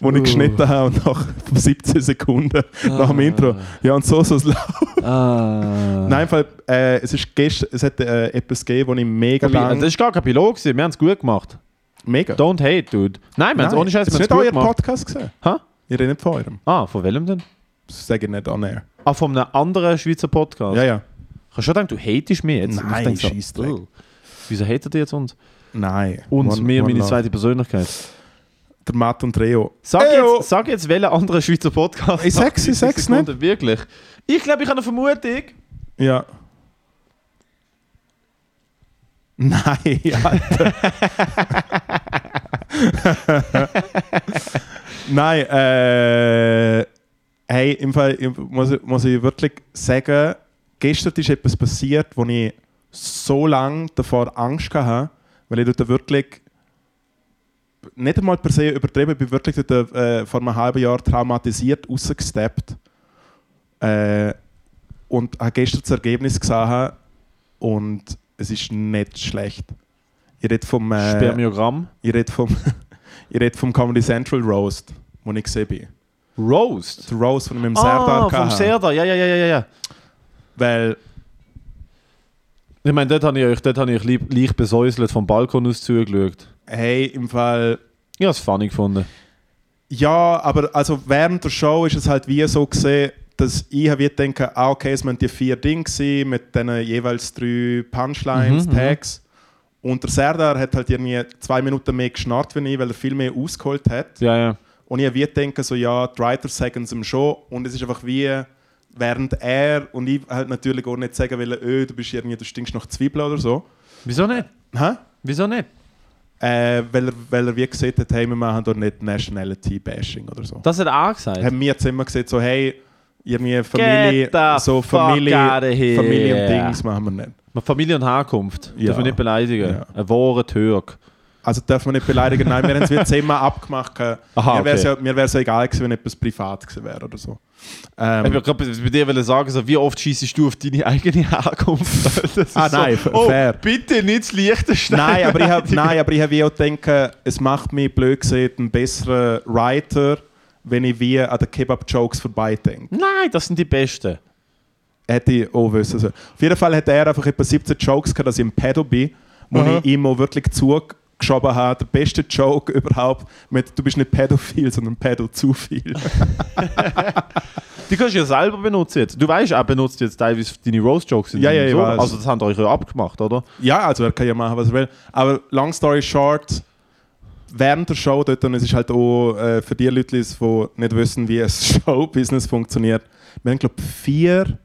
Speaker 3: wo ich geschnitten habe und nach 17 Sekunden nach dem Intro. Ja, und so, so es läuft.
Speaker 4: Ah.
Speaker 3: Nein, im Fall, äh, es, ist gestern, es hat äh, etwas gegeben, wo ich mega
Speaker 4: Wobei, Das
Speaker 3: lang...
Speaker 4: ist gar kein Pilot, gewesen. wir haben es gut gemacht.
Speaker 3: Mega.
Speaker 4: Don't hate, dude. Nein, wir haben es ohne Scheiß
Speaker 3: ist
Speaker 4: wir
Speaker 3: nicht
Speaker 4: haben's gut
Speaker 3: euer
Speaker 4: gemacht.
Speaker 3: Podcast gesehen?
Speaker 4: Ha?
Speaker 3: Ich rede nicht von eurem.
Speaker 4: Ah, von welchem denn?
Speaker 3: Das sage ich nicht on air.
Speaker 4: Ah, von einem anderen Schweizer Podcast.
Speaker 3: Ja, ja.
Speaker 4: Ich habe schon gedacht, du hatest mich jetzt. Und ich
Speaker 3: Nein,
Speaker 4: denk so,
Speaker 3: Scheissdreck.
Speaker 4: "Ugh, Wieso hatet ihr jetzt uns?
Speaker 3: Nein.
Speaker 4: Uns,
Speaker 3: One-
Speaker 4: mir,
Speaker 3: one
Speaker 4: meine
Speaker 3: love.
Speaker 4: zweite Persönlichkeit.
Speaker 3: Der Matt und Reo.
Speaker 4: Sag
Speaker 3: Eyo!
Speaker 4: jetzt, sag jetzt, welchen anderen Schweizer Podcast.
Speaker 3: Ich sag's, ich
Speaker 4: nach 30
Speaker 3: sag's
Speaker 4: Sekunden, Wirklich. Ich glaube, ich habe eine Vermutung.
Speaker 3: Ja. Nein, Alter. Nein, äh. Hey, im Fall ich muss, ich- muss ich wirklich sagen, gestern ist etwas passiert, wo ich so lange davor Angst hatte, weil ich dort wirklich nicht einmal per se übertrieben, ich bin wirklich dort, äh, vor einem halben Jahr traumatisiert rausgesteppt. Äh, und habe gestern das Ergebnis gesehen und es ist nicht schlecht. Ich rede vom, äh,
Speaker 4: Spermiogramm.
Speaker 3: ich rede vom, ich rede vom Comedy Central Roast, wo ich gesehen bin.
Speaker 4: Roast.
Speaker 3: Der Roast, den ich mit dem Serdar
Speaker 4: Ah,
Speaker 3: hatte.
Speaker 4: vom Serdar. Ja, ja, ja, ja, ja.
Speaker 3: Weil,
Speaker 4: Ich meine, dort habe ich euch, dort habe ich euch lieb, leicht besäuselt vom Balkon aus zugeschaut.
Speaker 3: hey, im Fall...
Speaker 4: Ich habe es funny gefunden.
Speaker 3: Ja, aber also während der Show ist es halt wie so gesehen, dass ich habe wie denke, ah okay, es müssen die vier Dinge sein mit den jeweils drei Punchlines,
Speaker 4: Mhm,
Speaker 3: Tags. Und der Serdar hat halt irgendwie zwei Minuten mehr geschnarrt wie ich, weil er viel mehr ausgeholt hat.
Speaker 4: Ja, ja.
Speaker 3: Und ich habe wie denke so ja, die Writer sagen es ihm schon und es ist einfach wie während er und ich halt natürlich auch nicht sagen will, öh, du bist irgendwie, du stinkst nach Zwiebeln oder so.
Speaker 4: Wieso nicht?
Speaker 3: Hä?
Speaker 4: Wieso nicht?
Speaker 3: Äh, weil, er, weil er wie gesagt hat, hey, wir machen da nicht Nationality-Bashing oder so.
Speaker 4: Das hat er auch gesagt.
Speaker 3: haben wir jetzt immer gesagt, so, hey, irgendwie Familie,
Speaker 4: Get the
Speaker 3: so
Speaker 4: fuck
Speaker 3: Familie,
Speaker 4: outta here.
Speaker 3: Familie und Dings machen wir nicht.
Speaker 4: Familie und Herkunft.
Speaker 3: Ja.
Speaker 4: Darf man nicht beleidigen.
Speaker 3: Ja.
Speaker 4: Ein wahrer Türk.
Speaker 3: Also darf man nicht beleidigen. Nein, wir haben es wie zehnmal abgemacht.
Speaker 4: Aha,
Speaker 3: mir wäre es
Speaker 4: okay.
Speaker 3: ja, mir wär's ja egal gewesen, wenn etwas privat gewesen wäre oder so. Ähm,
Speaker 4: Ich wollte gerade bei dir wollen sagen, so, wie oft schießt du auf deine eigene Herkunft? Das ist
Speaker 3: Ah, nein, f-
Speaker 4: oh,
Speaker 3: fair.
Speaker 4: Bitte nicht das Liechtenstein.
Speaker 3: Nein, aber ich habe nein, aber ich habe wie auch gedacht, es macht mich blöd gesehen einen besseren Writer, wenn ich wie an den Kebab-Jokes vorbeidenke.
Speaker 4: Nein, das sind die Besten.
Speaker 3: Hätte ich auch wissen sollen. Auf jeden Fall hat er einfach etwa 17 Jokes gehabt, dass ich im Pedo bin, wo
Speaker 4: Aha.
Speaker 3: ich ihm auch wirklich zugeschoben habe, der beste Joke überhaupt mit «Du bist nicht pädophil, sondern pädo zu viel».
Speaker 4: Die kannst du ja selber benutzen jetzt. Du weißt, er benutzt jetzt teilweise deine Roast-Jokes. in
Speaker 3: Ja,
Speaker 4: deinem
Speaker 3: ja, ich
Speaker 4: Solo.
Speaker 3: weiß.
Speaker 4: Also das habt ihr euch ja abgemacht, oder?
Speaker 3: Ja, also er kann ja machen, was er will. Aber long story short, während der Show dort, und es ist halt auch äh, für die Leute, die nicht wissen, wie ein Showbusiness funktioniert, wir haben, glaube ich, vier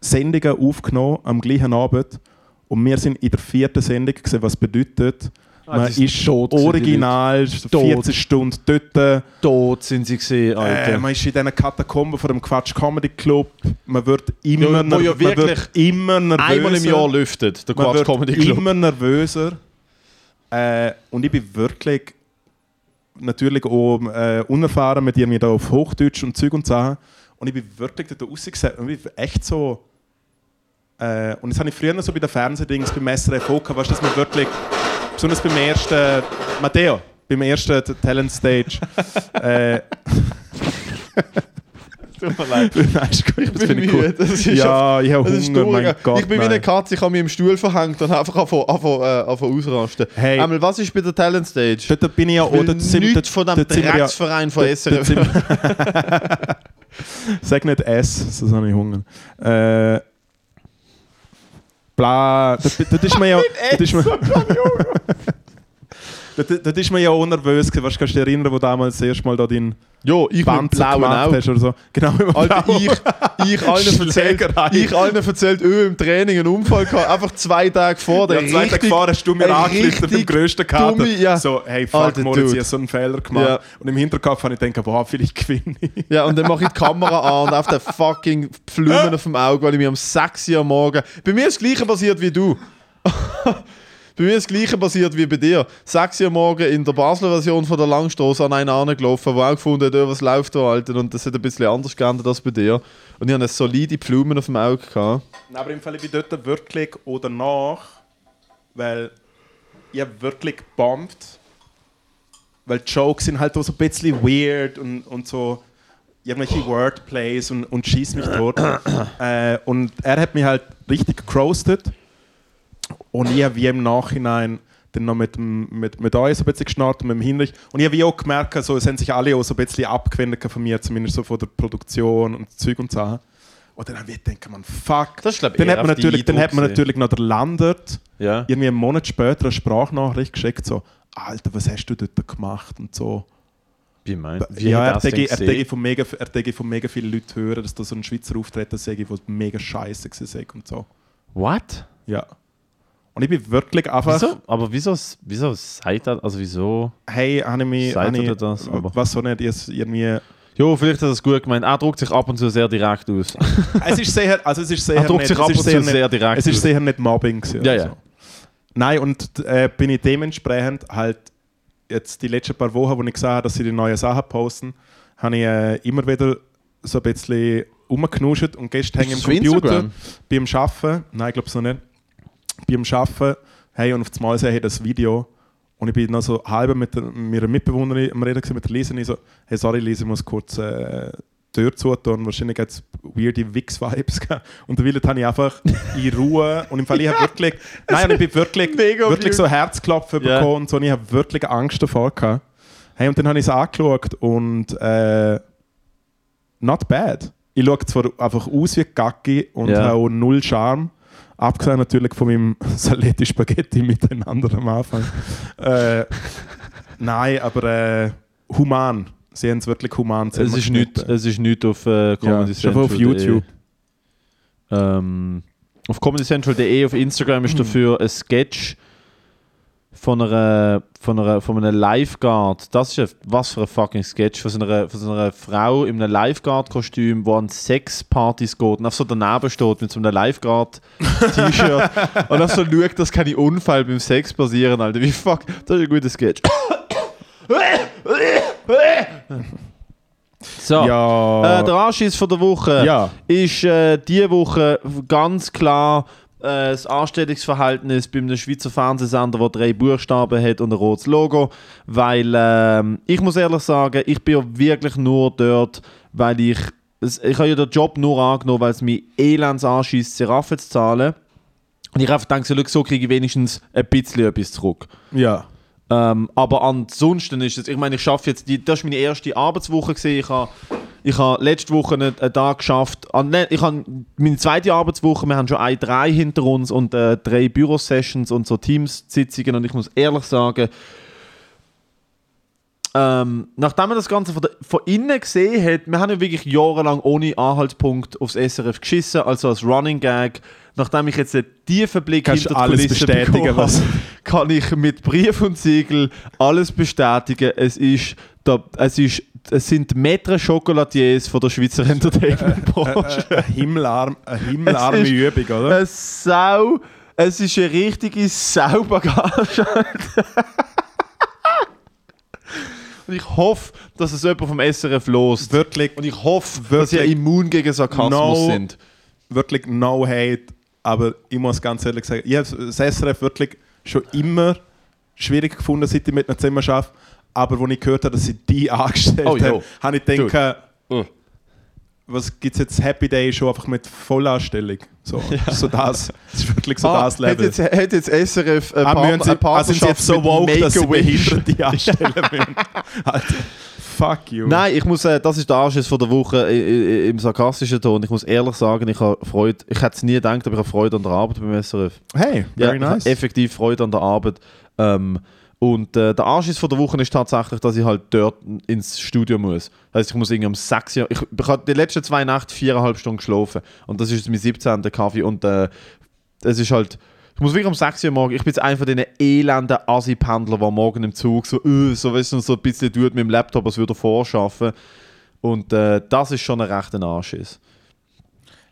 Speaker 3: Sendungen aufgenommen am gleichen Abend und wir sind in der vierten Sendung gesehen, was bedeutet,
Speaker 4: Ah,
Speaker 3: man
Speaker 4: die sind
Speaker 3: ist
Speaker 4: tot, sind die
Speaker 3: original 14 Stunden dort.
Speaker 4: Tot sind sie gesehen, Alter.
Speaker 3: Äh, man ist in diesen Katakomben von dem Quatsch Comedy Club. Man wird immer,
Speaker 4: Ja, wo ja
Speaker 3: ner- man
Speaker 4: wirklich
Speaker 3: wird immer nervöser.
Speaker 4: Einmal im Jahr lüftet der
Speaker 3: Man
Speaker 4: Quatsch
Speaker 3: wird
Speaker 4: Comedy Club.
Speaker 3: immer nervöser. Äh, und ich bin wirklich natürlich auch äh, unerfahren mit irgendwie da auf Hochdeutsch und Zeug und Sachen. Und ich bin wirklich da rausgesagt und ich bin echt so... Äh, und das habe ich früher noch so bei den Fernsehdings beim SRF auch gehabt, weißt du, dass man wirklich... Besonders beim ersten... Matteo, beim ersten Talent Stage. äh,
Speaker 4: Tut mir leid.
Speaker 3: nein, ist gut, das finde ich cool.
Speaker 4: Das ist
Speaker 3: Ja, ich habe
Speaker 4: Das ist
Speaker 3: Hunger, mein
Speaker 4: traurig.
Speaker 3: Gott,
Speaker 4: ich bin wie
Speaker 3: nein.
Speaker 4: eine Katze, ich habe mich im Stuhl verhängt und einfach anfangen- anfangen äh, anfangen ausrasten.
Speaker 3: Hey.
Speaker 4: Einmal, was ist bei der Talent Stage?
Speaker 3: Dort bin ich ja...
Speaker 4: Ich will
Speaker 3: dort sind-
Speaker 4: nichts
Speaker 3: dort-
Speaker 4: von dem
Speaker 3: dort sind wir ja-
Speaker 4: Drecksverein von SRF.
Speaker 3: sind Sag nicht S, sonst habe ich Hunger. Äh, bla, das, das ist mir ja... das ist mir, das, das ist mir ja auch nervös gewesen. Weißt du, kannst du dich erinnern, wo damals das erste Mal da deinen
Speaker 4: Jo, ich bin
Speaker 3: Panzer
Speaker 4: blauen
Speaker 3: gemacht
Speaker 4: Augen.
Speaker 3: hast oder so. Genau, im
Speaker 4: Alter,
Speaker 3: blauen.
Speaker 4: ich, ich allen erzählt,
Speaker 3: Schlägerei.
Speaker 4: ich allen erzählt, öh, im Training einen Unfall gehabt, einfach zwei Tage vor der
Speaker 3: Ja, zwei Tage gefahren hast du mir angeschnitten beim grössten Kater.
Speaker 4: dumme- ja.
Speaker 3: So, hey, fuck,
Speaker 4: Alter,
Speaker 3: Moritz,
Speaker 4: Dude.
Speaker 3: ich habe so einen Fehler gemacht.
Speaker 4: Ja.
Speaker 3: Und im Hinterkopf habe ich gedacht, boah, vielleicht gewinne ich.
Speaker 4: Ja, und dann mache ich die Kamera an und auf den fucking Flumen auf dem Auge, weil ich mir um 6 Uhr am Morgen. Bei mir ist das Gleiche passiert wie du. bei mir ist das Gleiche passiert wie bei dir. 6 Uhr am morgen in der Basler Version von der Langstrasse an einen angelaufen, der auch gefunden hat, oh, was läuft da, Alter. Und das hat ein bisschen anders geändert als bei dir. Und ich hatte eine solide Blumen auf dem Auge. Gehabt.
Speaker 3: Aber im Fall, ich bin dort wirklich oder nach, weil ich hab wirklich gebombt. Weil die Jokes sind halt auch so ein bisschen weird und, und so irgendwelche Wordplays und, und schießt mich tot. äh, und er hat mich halt richtig gecroastet. Und ich habe wie im Nachhinein dann noch mit, dem, mit, mit euch so ein bisschen geschnarrt und mit dem Hinrich. Und ich habe wie auch gemerkt, so, es haben sich alle auch so ein bisschen abgewendet von mir, zumindest so von der Produktion und Zeug und Sachen. Und dann habe ich gedacht, man, fuck.
Speaker 4: Das ist, glaub ich,
Speaker 3: dann
Speaker 4: eher
Speaker 3: hat man
Speaker 4: auf die
Speaker 3: natürlich, dann
Speaker 4: Eindruck
Speaker 3: hat man
Speaker 4: gesehen.
Speaker 3: natürlich noch der Landert
Speaker 4: Ja.
Speaker 3: irgendwie einen Monat später eine Sprachnachricht geschickt, so, Alter, was hast du dort gemacht und so.
Speaker 4: Wie meinst
Speaker 3: ja, er denke, er denke von mega, er denke von mega vielen Leuten hören, dass da so ein Schweizer Auftreten sei, der mega scheiße war und so.
Speaker 4: What?
Speaker 3: Ja. Und ich bin wirklich einfach...
Speaker 4: Wieso? Aber wieso, wieso sagt er, also wieso?
Speaker 3: hey, habe ich mich.
Speaker 4: Seid
Speaker 3: habe
Speaker 4: ihr
Speaker 3: ich-
Speaker 4: das, aber-
Speaker 3: Was so nicht, jetzt irgendwie.
Speaker 4: Jo, vielleicht hat er es gut gemeint. Er druckt sich ab und zu sehr direkt aus.
Speaker 3: Es ist sehr. Also es ist sehr
Speaker 4: Er druckt
Speaker 3: nicht,
Speaker 4: sich
Speaker 3: es
Speaker 4: ab
Speaker 3: ist
Speaker 4: und zu
Speaker 3: sehr nicht-
Speaker 4: sehr direkt
Speaker 3: Es ist
Speaker 4: aus.
Speaker 3: sehr nicht Mobbing. gewesen
Speaker 4: Ja,
Speaker 3: oder
Speaker 4: ja.
Speaker 3: So. Nein, und äh, bin ich dementsprechend halt jetzt die letzten paar Wochen, wo ich gesehen habe, dass sie die neuen Sachen posten, habe ich äh, immer wieder so ein bisschen rumgenuscht und gestern hänge ich
Speaker 4: das
Speaker 3: am
Speaker 4: auf
Speaker 3: Computer
Speaker 4: Instagram?
Speaker 3: beim Arbeiten. Nein, ich glaube es noch nicht. Beim Arbeiten, hey, und auf das Mal sehe ich das Video. Und ich bin noch so halb mit der, meiner Mitbewohnerin am Reden, gewesen, mit der Lisa. Und ich so, hey, sorry, Lisa, ich muss kurz äh, die Tür zutun. Wahrscheinlich hat es weirde Wix-Vibes gehabt. Und der Wille habe ich einfach in Ruhe. Und im Fall, ich habe wirklich, nein, und ich bin wirklich,
Speaker 4: Mega
Speaker 3: wirklich
Speaker 4: weird.
Speaker 3: so Herzklopfen
Speaker 4: Ja.
Speaker 3: bekommen. Und so. Und ich habe wirklich Angst davor gehabt. Hey, und dann habe ich es angeschaut und äh, not bad. Ich schaue zwar einfach aus wie Gacki und
Speaker 4: Ja.
Speaker 3: habe auch null Charme. Abgesehen natürlich von meinem Saletti Spaghetti miteinander am Anfang. äh, nein, aber äh, human. Sie haben es wirklich human
Speaker 4: Es ist, nicht,
Speaker 3: zusammengeschnitten.
Speaker 4: es ist nicht auf äh,
Speaker 3: Ja,
Speaker 4: Comedy
Speaker 3: ist einfach auf
Speaker 4: Central.de.
Speaker 3: YouTube.
Speaker 4: Ähm, auf comedycentral.de, auf Instagram ist dafür ein Sketch von einer, von einer, von einem Lifeguard. Das ist ein, was für ein fucking Sketch von so einer, von so einer Frau in einem Lifeguard-Kostüm, wo an Sexpartys geht und auf so daneben steht mit so einem Lifeguard-T-Shirt und auf so schaut, dass keine Unfall beim Sex passieren, Alter. Wie fuck, das ist ein guter Sketch. So.
Speaker 3: Ja.
Speaker 4: Äh, der Anschiss von der Woche
Speaker 3: Ja.
Speaker 4: ist äh, diese Woche ganz klar äh, das Anstellungsverhältnis bei einem Schweizer Fernsehsender, der drei Buchstaben hat und ein rotes Logo. Weil ähm, ich muss ehrlich sagen, ich bin ja wirklich nur dort, weil ich. es- Ich habe ja den Job nur angenommen, weil es mich elends anschießt, Seraphen zu zahlen. Und ich habe gedacht, so, schau, so kriege ich wenigstens ein bisschen etwas zurück.
Speaker 3: Ja.
Speaker 4: Ähm, aber ansonsten ist es, ich meine, ich schaffe jetzt, die, das ist meine erste Arbeitswoche gewesen. Ich habe ich habe letzte Woche einen, einen Tag geschafft. Ah, nein, ich habe meine zweite Arbeitswoche, wir haben schon ein, drei hinter uns und äh, drei Bürosessions und so Teams-Sitzungen. Und ich muss ehrlich sagen, ähm, nachdem man das Ganze von, der, von innen gesehen hat, wir haben ja wirklich jahrelang ohne Anhaltspunkt aufs SRF geschissen, also als Running Gag. Nachdem ich jetzt einen tiefen Blick
Speaker 3: Kannst
Speaker 4: hinter die
Speaker 3: alles
Speaker 4: Kulissen
Speaker 3: bestätigen,
Speaker 4: bekommen
Speaker 3: was-
Speaker 4: habe, kann ich mit Brief und Siegel alles bestätigen. Es ist, da, es ist es sind Metre Chocolatiers von der Schweizer Entertainment-Branche.
Speaker 3: Eine himmelarm, eine himmelarme
Speaker 4: Es ist-
Speaker 3: Übung, oder?
Speaker 4: Eine Sau. Es ist eine richtige Saubagage. Und ich hoffe, dass es jemand vom SRF lost.
Speaker 3: Wirklich,
Speaker 4: Und ich hoffe, dass ihr
Speaker 3: Wirklich.
Speaker 4: immun gegen Sarkasmus
Speaker 3: No.
Speaker 4: sind.
Speaker 3: wirklich no hate, aber ich muss ganz ehrlich sagen, ich habe das SRF wirklich schon immer schwierig gefunden, seit ich mit einem Zimmer arbeite, aber als ich gehört habe, dass sie die angestellt
Speaker 4: Oh, jo. Mm.
Speaker 3: haben, habe ich gedacht, äh, was gibt es jetzt Happy Day schon einfach mit Vollanstellung? So, so das. Das ist wirklich so
Speaker 4: Ah,
Speaker 3: das Level.
Speaker 4: Hat jetzt, hat jetzt SRF eine,
Speaker 3: Ah,
Speaker 4: äh,
Speaker 3: müssen
Speaker 4: Partner,
Speaker 3: sie,
Speaker 4: eine
Speaker 3: ah, sind
Speaker 4: Partnerschaft
Speaker 3: sie jetzt so
Speaker 4: mit
Speaker 3: woke, dass sie
Speaker 4: Make-A-Wish?
Speaker 3: Behinderte anstellen müssen? Alter, fuck you.
Speaker 4: Nein, ich muss, äh, das ist der Anschiss von der Woche äh, äh, im sarkastischen Ton. Ich muss ehrlich sagen, ich habe Freude, ich hätte es nie gedacht, aber ich habe Freude an der Arbeit beim SRF.
Speaker 3: Hey, very
Speaker 4: ich habe
Speaker 3: nice.
Speaker 4: effektiv Freude an der Arbeit. Ähm, und äh, der Anschiss von der Woche ist tatsächlich, dass ich halt dort ins Studio muss. Das heißt, ich muss irgendwie um 6 Uhr. Ich, ich habe die letzten zwei Nächte viereinhalb Stunden geschlafen. Und das ist jetzt mein 17. Kaffee. Und äh, es ist halt. Ich muss wirklich um 6 Uhr morgen. Ich bin jetzt einer von diesen elenden Assi-Pendlern, der morgen im Zug so, äh, so, weißt du, so ein bisschen tut mit dem Laptop, als würde er vorschaffen. Und äh, das ist schon ein rechter Anschiss.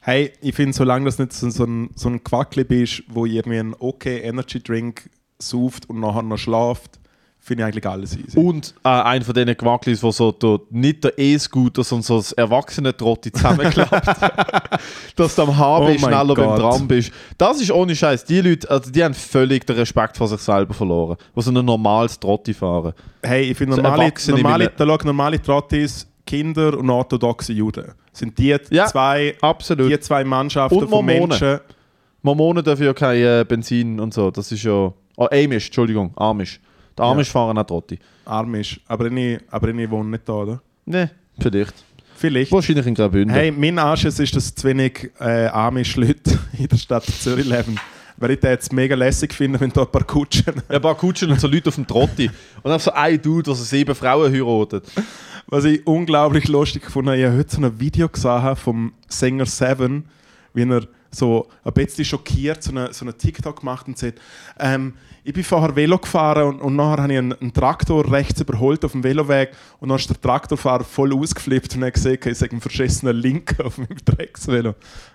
Speaker 3: Hey, ich finde, solange das nicht so, so ein, so ein Quackli bist, wo irgendwie einen okay Energy Drink sauft und nachher noch schlaft, finde ich eigentlich alles easy.
Speaker 4: Und äh, einer von diesen Quacklis, wo so der, nicht der E-Scooter, sondern so das Erwachsene-Trotti zusammenklappt. Dass du am
Speaker 3: Oh
Speaker 4: HB
Speaker 3: mein
Speaker 4: schneller beim
Speaker 3: Gott.
Speaker 4: Tram bist. Das ist ohne Scheiß. Die Leute, also die haben völlig den Respekt vor sich selber verloren. Die so ein normales Trotti fahren.
Speaker 3: hey, ich finde,
Speaker 4: so
Speaker 3: normale,
Speaker 4: Erwachsene
Speaker 3: normale,
Speaker 4: mit-
Speaker 3: da schau, normale Trottis, Kinder und orthodoxe Juden sind die,
Speaker 4: Ja,
Speaker 3: zwei,
Speaker 4: Absolut.
Speaker 3: die zwei Mannschaften
Speaker 4: Und
Speaker 3: von
Speaker 4: Mormonen.
Speaker 3: Menschen.
Speaker 4: Mormonen dürfen ja kein äh, Benzin und so. Das ist ja. Oh, Amish, Entschuldigung, Amish. Die Amish fahren auch Trotti.
Speaker 3: Arm ist. Aber ich, aber ich wohne nicht da, oder?
Speaker 4: Ne, vielleicht.
Speaker 3: Vielleicht.
Speaker 4: Wahrscheinlich in Graubünden.
Speaker 3: Hey, mein Anschiss ist, dass zu wenig äh, amische Leute in der Stadt Zürich leben. Weil ich das jetzt mega lässig finde, wenn da ein paar Kutschen
Speaker 4: Ja, Ein paar Kutschen und so Leute auf dem Trotti. Und dann so ein Dude, der so sieben Frauen heiratet.
Speaker 3: Was ich unglaublich lustig gefunden habe, ich habe heute so ein Video gesehen vom Sänger Seven, wie er so ein bisschen schockiert so einen so eine TikTok macht und sagt, ähm, ich bin vorher Velo gefahren und, und nachher habe ich einen, einen Traktor rechts überholt auf dem Veloweg und dann ist der Traktorfahrer voll ausgeflippt und hat gesehen, ich sage einen verschissenen Link auf meinem Drecksvelo.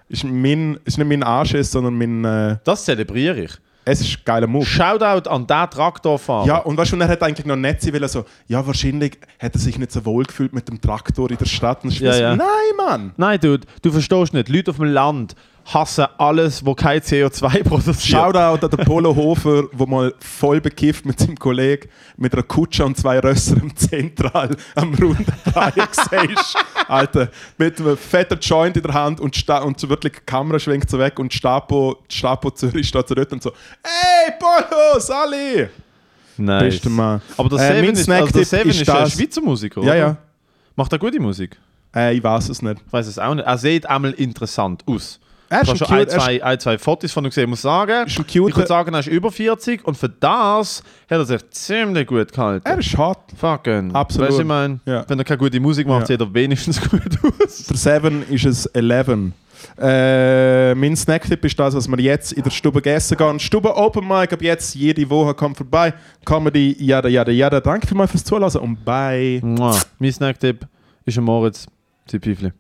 Speaker 3: Ist, mein, ist nicht mein Anschiss, sondern mein... Äh,
Speaker 4: Das zelebriere ich.
Speaker 3: es ist ein geiler Move.
Speaker 4: Shoutout an den Traktorfahrer.
Speaker 3: Ja, und weißt du, und er hat eigentlich noch nett sein wollen, so, ja, wahrscheinlich hat er sich nicht so wohl gefühlt mit dem Traktor in der Stadt. Und ich
Speaker 4: Ja,
Speaker 3: so,
Speaker 4: ja.
Speaker 3: Nein, Mann!
Speaker 4: Nein, Dude, du verstehst nicht. Leute auf dem Land hassen alles, wo kein CO2 produziert.
Speaker 3: Shoutout an den Polo Hofer, der mal voll bekifft mit seinem Kollegen mit einer Kutsche und zwei Rössern im Zentral am runden Dreieck ist. Alter, mit einem fetten Joint in der Hand und, sta- und so wirklich die Kamera schwenkt so weg und Stapo, Stapo Zürich steht so dort und so «Ey, Polo, Sali!»
Speaker 4: Nein.
Speaker 3: Bester Mann.
Speaker 4: Aber der
Speaker 3: Äh,
Speaker 4: Seven
Speaker 3: mein
Speaker 4: ist,
Speaker 3: Snacktipp
Speaker 4: also der Seven
Speaker 3: ist
Speaker 4: ist, ein
Speaker 3: das-
Speaker 4: Schweizer Musiker,
Speaker 3: Ja,
Speaker 4: oder?
Speaker 3: ja.
Speaker 4: Macht er gute Musik?
Speaker 3: Äh, ich weiß es nicht.
Speaker 4: Ich weiß es auch nicht. Er sieht einmal interessant aus.
Speaker 3: Er
Speaker 4: Ich
Speaker 3: ist
Speaker 4: habe schon
Speaker 3: schon
Speaker 4: ein
Speaker 3: cute, er
Speaker 4: zwei, ein, zwei Fotos von ihm gesehen. Ich muss sagen,
Speaker 3: Schon cute.
Speaker 4: ich würde sagen, er ist über 40 und für das hat er sich ziemlich gut gehalten.
Speaker 3: Er ist hart.
Speaker 4: Fucking.
Speaker 3: Absolut.
Speaker 4: Weißt du, ich meine,
Speaker 3: Ja.
Speaker 4: wenn er keine gute Musik macht,
Speaker 3: Ja.
Speaker 4: sieht er wenigstens gut aus.
Speaker 3: Für Seven ist es 11. Äh, mein Snacktipp ist das, was wir jetzt in der Stube gegessen gehen. Stube Open Mic ab jetzt, jede Woche kommt vorbei. Comedy, jada, jada, jada. Danke vielmals fürs Zuhören und bye.
Speaker 4: Mua. Mein Snacktipp ist ein Moritz. Zipifli.